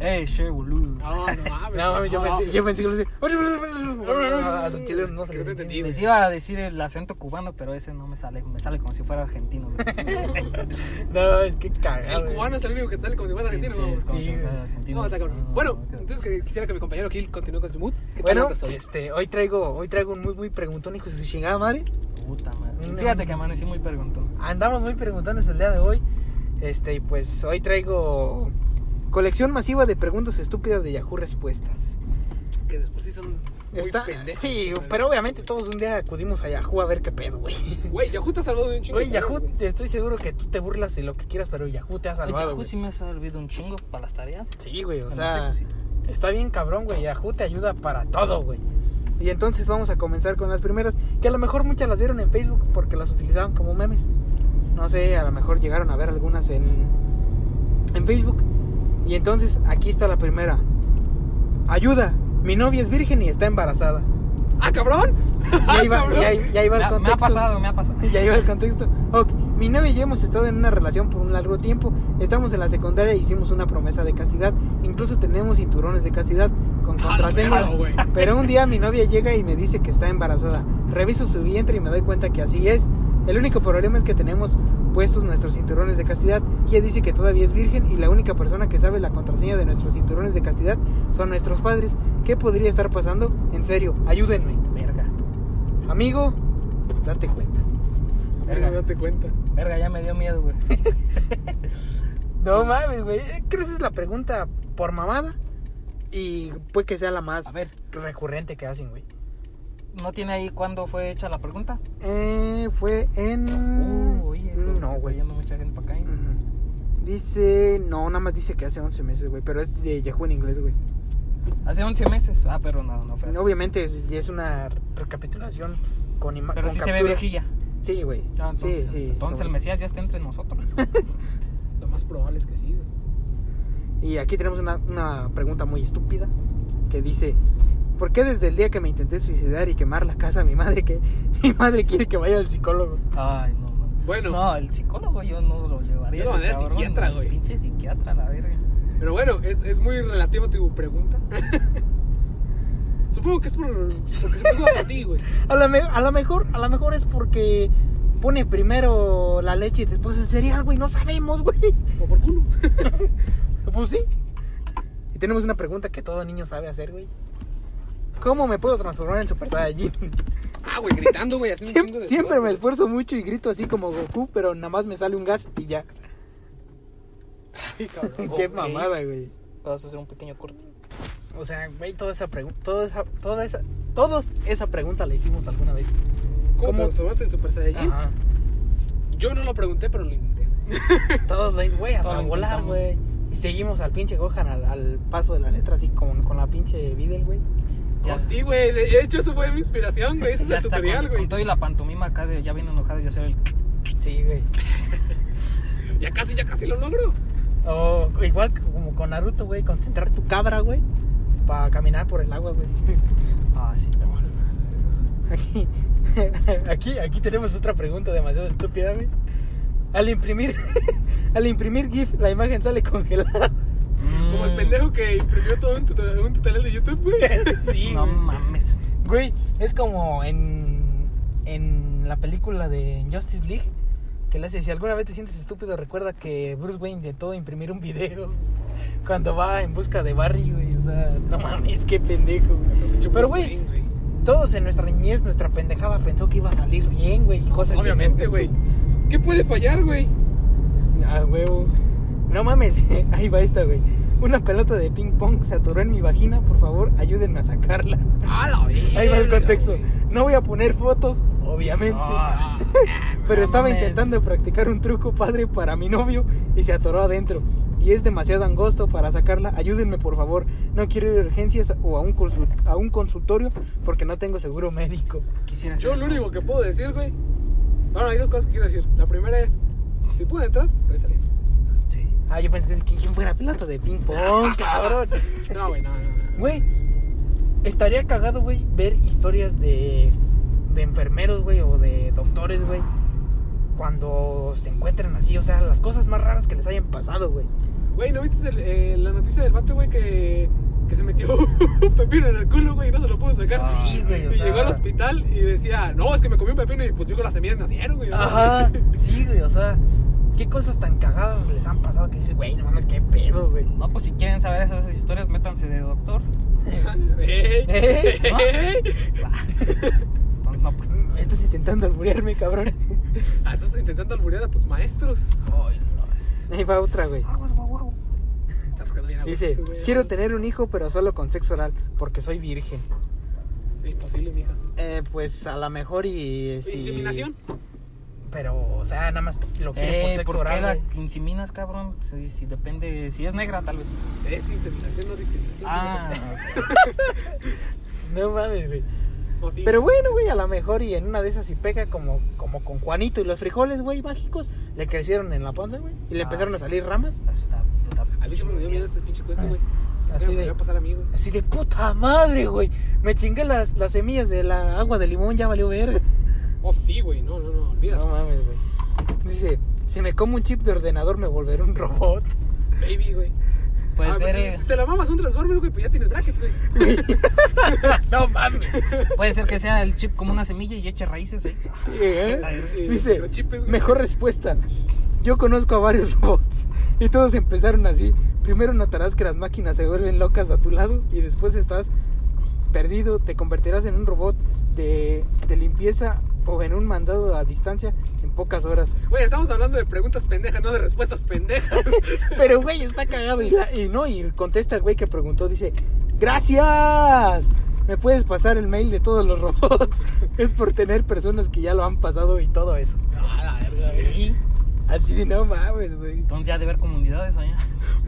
Speaker 1: Eh, che, boludo.
Speaker 3: Ah,
Speaker 2: No, no
Speaker 3: <laughs>
Speaker 2: mames.
Speaker 3: No, mami, yo pensé, yo pensé que lo decía. A los chilenos no se
Speaker 2: Que no
Speaker 3: les
Speaker 2: te
Speaker 3: entiende.
Speaker 2: entendí, güey.
Speaker 1: Les iba a decir el acento cubano, pero ese no me sale. Me sale como si fuera argentino.
Speaker 3: <laughs>
Speaker 1: güey.
Speaker 3: No, es que cagado.
Speaker 2: El cubano es el único que sale como si fuera
Speaker 1: Sí,
Speaker 2: argentino,
Speaker 1: sí,
Speaker 2: güey.
Speaker 1: es como
Speaker 3: Sí,
Speaker 1: que me sale
Speaker 3: güey.
Speaker 1: argentino.
Speaker 2: No, está cabrón.
Speaker 1: No,
Speaker 2: bueno,
Speaker 1: no, no,
Speaker 2: entonces que- quisiera que mi compañero Gil continúe con su mood. ¿Qué tal
Speaker 3: Bueno,
Speaker 2: andas hoy?
Speaker 3: este, hoy traigo, hoy traigo un mood muy preguntón, hijo de su chingada madre.
Speaker 1: Puta madre.
Speaker 3: Mm.
Speaker 1: Fíjate que amanecí muy preguntón.
Speaker 3: Andamos muy preguntones el día de hoy. Este, y pues hoy traigo colección masiva de preguntas estúpidas de Yahoo Respuestas.
Speaker 2: que después sí son muy
Speaker 3: Está,
Speaker 2: pendejos.
Speaker 3: sí, pero obviamente todos un día acudimos a Yahoo a ver qué pedo, güey.
Speaker 2: Güey, Yahoo te ha salvado de un chingo.
Speaker 3: Oye,
Speaker 2: de cosas,
Speaker 3: Yahoo,
Speaker 2: güey.
Speaker 3: te estoy seguro que tú te burlas y lo que quieras, pero Yahoo te ha salvado.
Speaker 1: Yahoo
Speaker 3: güey.
Speaker 1: sí me ha servido un chingo para las tareas.
Speaker 3: Sí, güey, o
Speaker 1: Bueno,
Speaker 3: sea,
Speaker 1: sí, pues
Speaker 3: está bien cabrón, güey. Yahoo te ayuda para todo, güey. Y entonces vamos a comenzar con las primeras, que a lo mejor muchas las dieron en Facebook porque las utilizaban como memes. No sé, a lo mejor llegaron a ver algunas en, en Facebook. Y entonces aquí está la primera. Ayuda, mi novia es virgen y está embarazada.
Speaker 2: ¡Ah,
Speaker 3: <laughs>
Speaker 2: cabrón!
Speaker 3: Y ahí va, y ahí- y ahí va
Speaker 1: Me
Speaker 3: el
Speaker 1: ha-
Speaker 3: contexto.
Speaker 1: me ha pasado, me ha pasado.
Speaker 3: <laughs> Y ahí va el contexto. Ok, mi novia y yo hemos estado en una relación por un largo tiempo. Estamos en la secundaria e hicimos una promesa de castidad. Incluso tenemos cinturones de castidad con contraseñas.
Speaker 2: perro, güey.
Speaker 3: <laughs> Pero un día mi novia llega y me dice que está embarazada. Reviso su vientre y me doy cuenta que así es. El único problema es que tenemos puestos nuestros cinturones de castidad. Ella dice que todavía es virgen y la única persona que sabe la contraseña de nuestros cinturones de castidad son nuestros padres. ¿Qué podría estar pasando? En serio, ayúdenme.
Speaker 1: Verga.
Speaker 3: Amigo, date cuenta.
Speaker 2: Verga,
Speaker 1: Verga.
Speaker 2: date cuenta.
Speaker 1: Verga, ya me dio miedo, güey.
Speaker 3: No mames, güey. Eh, Creo que esa es la pregunta por mamada. Y puede que sea la más
Speaker 1: A ver.
Speaker 3: recurrente que hacen, güey.
Speaker 1: ¿No tiene ahí cuándo fue hecha la pregunta?
Speaker 3: Eh, fue en.
Speaker 1: Uh, oye, eso
Speaker 3: Mm, no,
Speaker 1: está
Speaker 3: güey.
Speaker 1: Yendo mucha gente para acá. ¿eh?
Speaker 3: Ujú. Dice. No, nada más dice que hace 11 meses, güey. Pero es de Yahoo en inglés, güey. Mm.
Speaker 1: Hace 11 meses. Ah, pero no, no fue así.
Speaker 3: Obviamente es, y es una recapitulación con imagen.
Speaker 1: Pero sí se ve viejilla.
Speaker 3: Sí, güey.
Speaker 1: Ah, entonces,
Speaker 3: sí, sí.
Speaker 1: entonces
Speaker 3: sobre
Speaker 1: el
Speaker 3: eso.
Speaker 1: Mesías ya está entre nosotros.
Speaker 2: Lo más probable es que sí, güey.
Speaker 3: Y aquí tenemos una, una pregunta muy estúpida que dice, ¿por qué desde el día que me intenté suicidar y quemar la casa mi madre que <laughs> mi madre quiere que vaya al psicólogo?
Speaker 1: Ay, no, no.
Speaker 2: Bueno,
Speaker 1: No, el psicólogo yo no lo llevaría.
Speaker 2: Yo lo
Speaker 1: ese
Speaker 2: mandé al
Speaker 1: cabrón,
Speaker 2: psiquiatra,
Speaker 1: no,
Speaker 2: güey.
Speaker 1: Pinche psiquiatra, la
Speaker 2: <laughs>
Speaker 1: verga.
Speaker 2: pero bueno, es, es muy relativo a tu
Speaker 3: <laughs>
Speaker 2: pregunta. Supongo que es por, porque se preocupa por ti, güey.
Speaker 3: A lo, me- a lo mejor, a lo mejor es porque pone primero la leche y después el cereal, güey, no sabemos, güey. <laughs>
Speaker 2: O por culo.
Speaker 3: Pues sí. Y tenemos una pregunta que todo niño sabe hacer, güey. ¿Cómo me puedo transformar en Super Saiyajin?
Speaker 2: Ah, güey, gritando, güey, haciendo un
Speaker 3: <laughs> Siem-
Speaker 2: chingo de
Speaker 3: siempre me
Speaker 2: cosas.
Speaker 3: esfuerzo mucho y grito así como Goku, pero nada más me sale un gas y ya.
Speaker 2: Ay, cabrón.
Speaker 3: <laughs> Qué
Speaker 1: Ok.
Speaker 3: mamada, güey.
Speaker 1: Vamos a hacer un pequeño corte.
Speaker 3: O sea, güey, toda esa pregunta, toda esa, toda esa, todos esa pregunta la hicimos alguna vez.
Speaker 2: ¿Cómo
Speaker 3: ¿Cómo?
Speaker 2: transformaste en Super Saiyajin?
Speaker 3: Ajá.
Speaker 2: Yo no lo pregunté, pero lo intenté.
Speaker 3: Todos, la- güey, hasta
Speaker 1: Todo lo
Speaker 3: volar,
Speaker 1: intentamos.
Speaker 3: güey. Y seguimos al pinche Gohan al, al paso de la letra, así con, con la pinche Videl, güey.
Speaker 2: Y así, Oh, güey. De hecho, eso fue mi inspiración, güey. Ese es
Speaker 1: Ya
Speaker 2: el
Speaker 1: está
Speaker 2: tutorial,
Speaker 1: con,
Speaker 2: güey.
Speaker 1: con todo y la pantomima acá de ya viene enojada y hacer el.
Speaker 3: Sí, güey.
Speaker 2: Ya casi, ya casi lo logro.
Speaker 3: O igual que como con Naruto, güey, concentrar tu cabra, güey, para caminar por el agua, güey. <laughs>
Speaker 1: Ah, sí.
Speaker 3: Aquí, aquí, aquí tenemos otra pregunta demasiado estúpida, güey. Al imprimir, <laughs> al imprimir GIF, la imagen sale congelada.
Speaker 2: Como
Speaker 1: Mm.
Speaker 2: el pendejo <laughs> que imprimió todo un tutorial, un tutorial de YouTube, güey.
Speaker 3: Sí,
Speaker 1: No
Speaker 3: güey.
Speaker 1: mames.
Speaker 3: Güey, es como en, en la película de Justice League que le hace, si alguna vez te sientes estúpido, recuerda que Bruce Wayne intentó imprimir un video <laughs> cuando va en busca de Barry, güey. O sea, no mames, qué pendejo. güey. Pero, güey, todos en nuestra niñez, nuestra pendejada pensó que iba a salir bien, güey. y cosas que
Speaker 2: Obviamente,
Speaker 3: no.
Speaker 2: güey. ¿Qué puede fallar, güey?
Speaker 3: Ah, huevo. No mames, <laughs> ahí va esta, güey. Una pelota de ping pong se atoró en mi vagina, por favor, ayúdenme a sacarla.
Speaker 2: Ah, la verga,
Speaker 3: Ahí va el contexto.
Speaker 2: güey.
Speaker 3: No voy a poner fotos, obviamente.
Speaker 1: Ah,
Speaker 3: Pero
Speaker 1: no
Speaker 3: estaba
Speaker 1: mames.
Speaker 3: intentando practicar un truco padre para mi novio y se atoró adentro. Y es demasiado angosto para sacarla. Ayúdenme, por favor. No quiero ir a urgencias o a un, consul- a un consultorio porque no tengo seguro médico.
Speaker 1: Quisiera
Speaker 2: Yo
Speaker 1: ser-
Speaker 2: lo único que puedo decir, güey. Bueno, hay dos cosas que quiero decir. La primera es, si pude entrar, voy a salir.
Speaker 1: Sí.
Speaker 3: Ah, yo pensé que que quién fuera pelota de ping pong, cabrón.
Speaker 2: No, güey, no, no, no.
Speaker 3: Güey, estaría cagado, güey, ver historias de, de enfermeros, güey, o de doctores, güey. Cuando se encuentran así, o sea, las cosas más raras que les hayan pasado, güey.
Speaker 2: Güey, ¿no viste el- eh, la noticia del vato, güey, que, que se metió <laughs> un pepino en el culo, güey, y no se lo pudo sacar?
Speaker 1: Ah,
Speaker 3: Sí, güey. o
Speaker 2: Y
Speaker 3: sea.
Speaker 2: llegó al hospital y decía, no, es que me comí un pepino y pues yo con las semillas nacieron, güey.
Speaker 3: Ajá, sí, güey, o sea, qué cosas tan cagadas les han pasado que dices, güey, no mames, qué pedo, güey.
Speaker 1: No, pues si quieren saber esas historias, métanse de doctor.
Speaker 2: <laughs> Ey,
Speaker 3: ¿Eh?
Speaker 2: ey.
Speaker 1: Entonces, no, pues.
Speaker 3: Me Mm, Estás intentando alburearme, cabrón. <laughs>
Speaker 2: Ah, Estás intentando alburear a tus maestros.
Speaker 1: Ay, no es.
Speaker 3: Ahí va otra, güey.
Speaker 1: Aguas, guau, guau.
Speaker 2: Estás buscando bien a
Speaker 3: Dice,
Speaker 2: gusto, güey.
Speaker 3: quiero tener un hijo, pero solo con sexo oral, porque soy virgen.
Speaker 2: Imposible, mija.
Speaker 3: Eh, pues a lo mejor y... eh, si-
Speaker 2: ¿Inseminación?
Speaker 3: Pero, o sea, nada más lo quieren por
Speaker 1: Eh,
Speaker 3: sexo
Speaker 1: ¿Por qué
Speaker 3: oral,
Speaker 1: la
Speaker 3: güey.
Speaker 1: inseminas, cabrón? Si, si depende. Si es negra, tal vez.
Speaker 2: Es inseminación, no discriminación.
Speaker 1: Ah,
Speaker 3: No mames, güey.
Speaker 2: O sí.
Speaker 3: Pero bueno, güey, a lo mejor y en una de esas si pega como, como con Juanito y los frijoles, güey, mágicos, le crecieron en la panza, güey. Y le
Speaker 1: Ah,
Speaker 3: empezaron a
Speaker 1: sí.
Speaker 3: salir ramas.
Speaker 1: eso está- está-
Speaker 2: A mí siempre me dio miedo ese pinche cuento, güey. Es
Speaker 3: Ah. Así
Speaker 2: que me
Speaker 3: de-
Speaker 2: va a pasar a mí, güey.
Speaker 3: Así de puta madre, güey. Me chingué las, las semillas de la agua de limón, ya valió verga.
Speaker 2: Oh, sí, güey. No, no, no. Olvídate.
Speaker 3: No mames, güey. Dice, si me como un chip de ordenador me volveré un robot.
Speaker 2: Baby, güey.
Speaker 1: Puede
Speaker 2: Ah,
Speaker 1: ser,
Speaker 2: si-
Speaker 1: eh,
Speaker 2: Si te la mamas un Transformers, güey, pues ya tienes brackets, güey.
Speaker 3: No mames.
Speaker 1: eh, puede ser que sea el chip como una semilla y eche raíces ahí.
Speaker 3: ¿Eh?
Speaker 2: Sí,
Speaker 3: Dice,
Speaker 2: los chipes, güey.
Speaker 3: mejor respuesta. Yo conozco a varios <laughs> robots y todos empezaron así. Primero notarás que las máquinas se vuelven locas a tu lado y después estás perdido, te convertirás en un robot de, de limpieza o en un mandado a distancia en pocas horas.
Speaker 2: Güey, estamos hablando de preguntas pendejas, no de respuestas pendejas.
Speaker 3: Pero, güey, está cagado. Y, la- y no, y contesta el güey que preguntó, dice, gracias. Me puedes pasar el mail de todos los robots. <laughs> es por tener personas que ya lo han pasado y todo eso.
Speaker 2: A la verga, güey.
Speaker 1: Sí.
Speaker 3: Así de no mames, güey.
Speaker 1: Entonces ya de ver comunidades allá.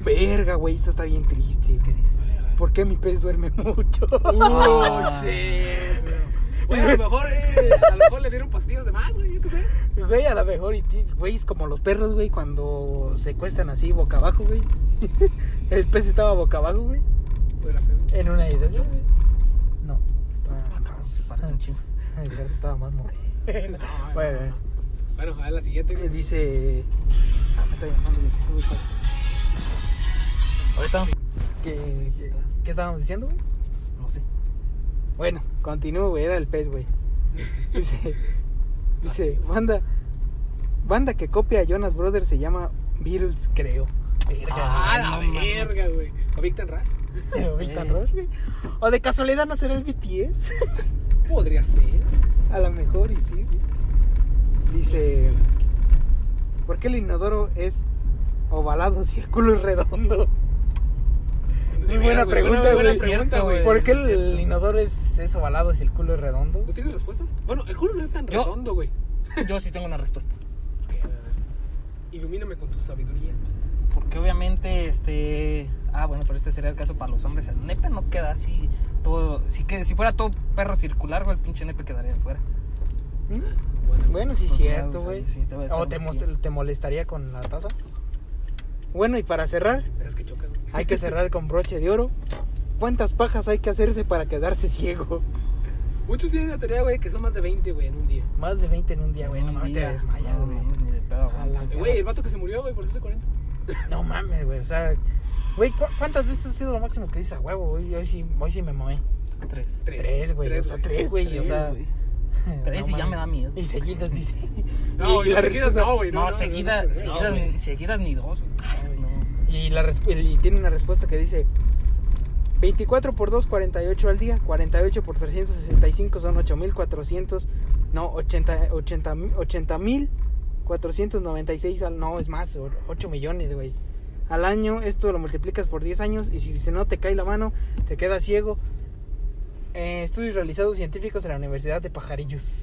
Speaker 3: Verga, güey, esto está bien triste.
Speaker 1: <laughs> ¿Qué dice?
Speaker 3: ¿Por qué mi pez duerme <laughs> mucho?
Speaker 1: Ah.
Speaker 2: Oh, shit, güey. Güey, a lo mejor, eh, a lo mejor le dieron pastillas de más, güey, yo qué sé.
Speaker 3: Güey, a lo mejor, y ti- güey, es como los perros, güey, cuando se cuestan así boca abajo, güey. <laughs> El pez estaba boca abajo, güey.
Speaker 2: Podría ser.
Speaker 3: En una idea, güey. No, estaba
Speaker 1: Ah, Se
Speaker 3: más.
Speaker 1: parece un chingo.
Speaker 3: El gato estaba más moreno.
Speaker 2: No,
Speaker 3: Bueno,
Speaker 2: Ah, no, no. Bueno, a la siguiente,
Speaker 3: eh,
Speaker 2: güey.
Speaker 3: dice. Ah, me está llamando, güey. Uy, está-
Speaker 1: Ahorita,
Speaker 3: ¿Qué, qué, qué estábamos diciendo, güey?
Speaker 1: no sé.
Speaker 3: Bueno, continúo, güey, era el pez, güey. <laughs> Dice, dice, banda, banda que copia a Jonas Brothers se llama Beatles, creo. <laughs>
Speaker 2: Ah, la
Speaker 1: no mames.
Speaker 2: verga, güey. ¿O Victor Rush?
Speaker 3: Victor Rush, güey. O de casualidad no será el BTS.
Speaker 2: Podría ser.
Speaker 3: <laughs> a lo mejor y sí. güey. Dice, ¿por qué el inodoro es ovalado si el culo es redondo? Muy buena
Speaker 2: Verga, buena-
Speaker 3: pregunta, güey.
Speaker 2: Buena pregunta,
Speaker 1: Cierto,
Speaker 2: güey.
Speaker 1: güey.
Speaker 3: ¿Por qué el inodoro es, es ovalado si el culo es redondo?
Speaker 2: ¿No tienes respuestas? Bueno, el culo no es tan
Speaker 1: Yo-
Speaker 2: redondo, güey.
Speaker 1: Yo sí tengo una respuesta.
Speaker 2: Ilumíname con tu sabiduría.
Speaker 1: Porque obviamente, este. Ah, bueno, pero este sería el caso para los hombres. El nepe no queda así. Todo. Si, que, si fuera todo perro circular, güey, el pinche nepe quedaría afuera.
Speaker 3: ¿Mm?
Speaker 2: Bueno,
Speaker 3: Bueno, sí,
Speaker 1: Pues,
Speaker 3: cierto,
Speaker 1: claro,
Speaker 3: güey.
Speaker 1: sí, sí, te voy a
Speaker 3: ¿O
Speaker 1: estar
Speaker 3: te,
Speaker 1: aquí.
Speaker 3: mos- te molestaría con la taza? Bueno, y para cerrar,
Speaker 2: es que choca, güey.
Speaker 3: hay que cerrar con broche de oro. ¿Cuántas pajas hay que hacerse para quedarse ciego?
Speaker 2: Muchos tienen la teoría, güey, que son más de 20, güey, en un día.
Speaker 3: Más de 20 en un día, güey. No
Speaker 1: Un
Speaker 3: mames, te
Speaker 1: día,
Speaker 3: desmayas,
Speaker 1: no
Speaker 3: güey.
Speaker 1: mames, ni de pedo, güey.
Speaker 3: A la-
Speaker 2: Eh, Güey, el vato que se murió, güey, por eso es 40.
Speaker 3: No mames, güey. O sea, güey, ¿cu- ¿cuántas veces ha sido lo máximo que dices a huevo? güey? Hoy sí, hoy sí me mamé. <laughs>
Speaker 1: Tres.
Speaker 2: Tres.
Speaker 3: Tres, güey. O sea, tres, güey. O
Speaker 2: Tres,
Speaker 3: sea,
Speaker 1: güey.
Speaker 3: no
Speaker 1: Tres y ya
Speaker 3: mames.
Speaker 1: me da miedo.
Speaker 3: Y seguidas, dice.
Speaker 2: No,
Speaker 3: Y
Speaker 2: yo
Speaker 3: la
Speaker 2: seguidas
Speaker 3: respuesta-
Speaker 2: no, güey.
Speaker 1: No, seguidas,
Speaker 2: no, no,
Speaker 1: seguidas,
Speaker 2: güey.
Speaker 1: ni- seguidas ni dos, güey. No.
Speaker 3: Y, la res- y tiene una respuesta que dice: 24 por 2, 48 al día. 48 por 365 son 8400. No, 80 80 mil 496 al. No, es más, 8 millones, güey. Al año, esto lo multiplicas por 10 años. Y si, si no te cae la mano, te quedas ciego. Eh, estudios realizados científicos en la Universidad de Pajarillos.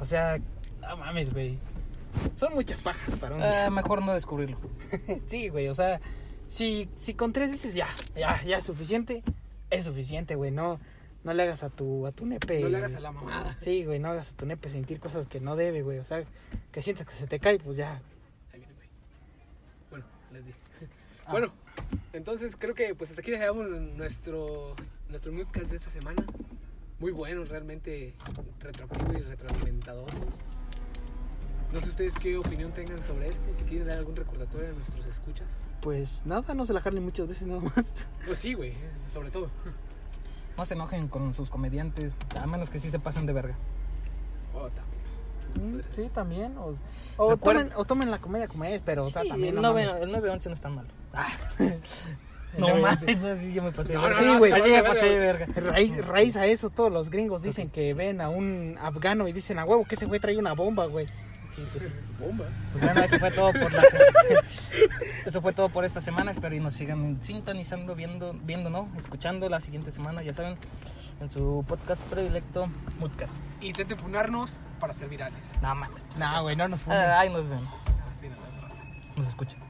Speaker 3: O sea, no mames, güey. Son muchas pajas para un día.
Speaker 1: Eh, mejor no descubrirlo.
Speaker 3: Sí, güey, o sea, si, si con tres dices ya, ya, ya es suficiente, es suficiente, güey, no, no le hagas a tu, a tu nepe.
Speaker 2: No le hagas a la mamada.
Speaker 3: Sí, güey, no hagas a tu nepe sentir cosas que no debe, güey, o sea, que sientas que se te cae, pues ya.
Speaker 2: Ahí viene, güey. Bueno, les di.
Speaker 3: Ah.
Speaker 2: Bueno, entonces creo que pues hasta aquí dejamos nuestro nuestro podcast de esta semana. Muy bueno, realmente retroactivo y retroalimentador. No sé ustedes qué opinión tengan sobre este, si quieren dar algún recordatorio a nuestros escuchas.
Speaker 3: Pues nada, no se la jarlen muchas veces <laughs> nada más.
Speaker 2: Pues sí, güey, eh, sobre todo. <laughs>
Speaker 1: No se enojen con sus comediantes, a menos que sí se pasen de verga.
Speaker 2: Oh, también.
Speaker 3: Mm, Sí, también, o, o
Speaker 1: Recuerda-
Speaker 3: tomen, o tomen la comedia como es, pero, o sea, también
Speaker 1: el
Speaker 3: no
Speaker 1: 9,
Speaker 3: mames.
Speaker 1: el 911 no es tan malo.
Speaker 3: El
Speaker 1: No
Speaker 3: 911.
Speaker 1: mames, no, sí, yo me pasé de
Speaker 2: No,
Speaker 1: verga.
Speaker 3: no, no,
Speaker 1: güey,
Speaker 3: está
Speaker 1: así
Speaker 2: bien,
Speaker 1: me pasé de verga.
Speaker 3: Raíz, raíz a eso, todos los gringos dicen que ven a un afgano y dicen, a huevo, que ese güey trae una bomba, güey.
Speaker 2: Sí, pues, bomba.
Speaker 1: Pues bueno, eso fue todo por la se- <laughs> Eso fue todo por esta semana. Espero y nos sigan sintonizando, viendo, viendo, ¿no? Escuchando la siguiente semana, ya saben, en su podcast predilecto, Mutcast.
Speaker 2: Intenten funarnos para ser virales.
Speaker 1: No mames.
Speaker 3: No, güey, no nos
Speaker 1: Ah, Ahí nos vemos.
Speaker 2: Así no, no, no, no.
Speaker 1: Nos escuchan.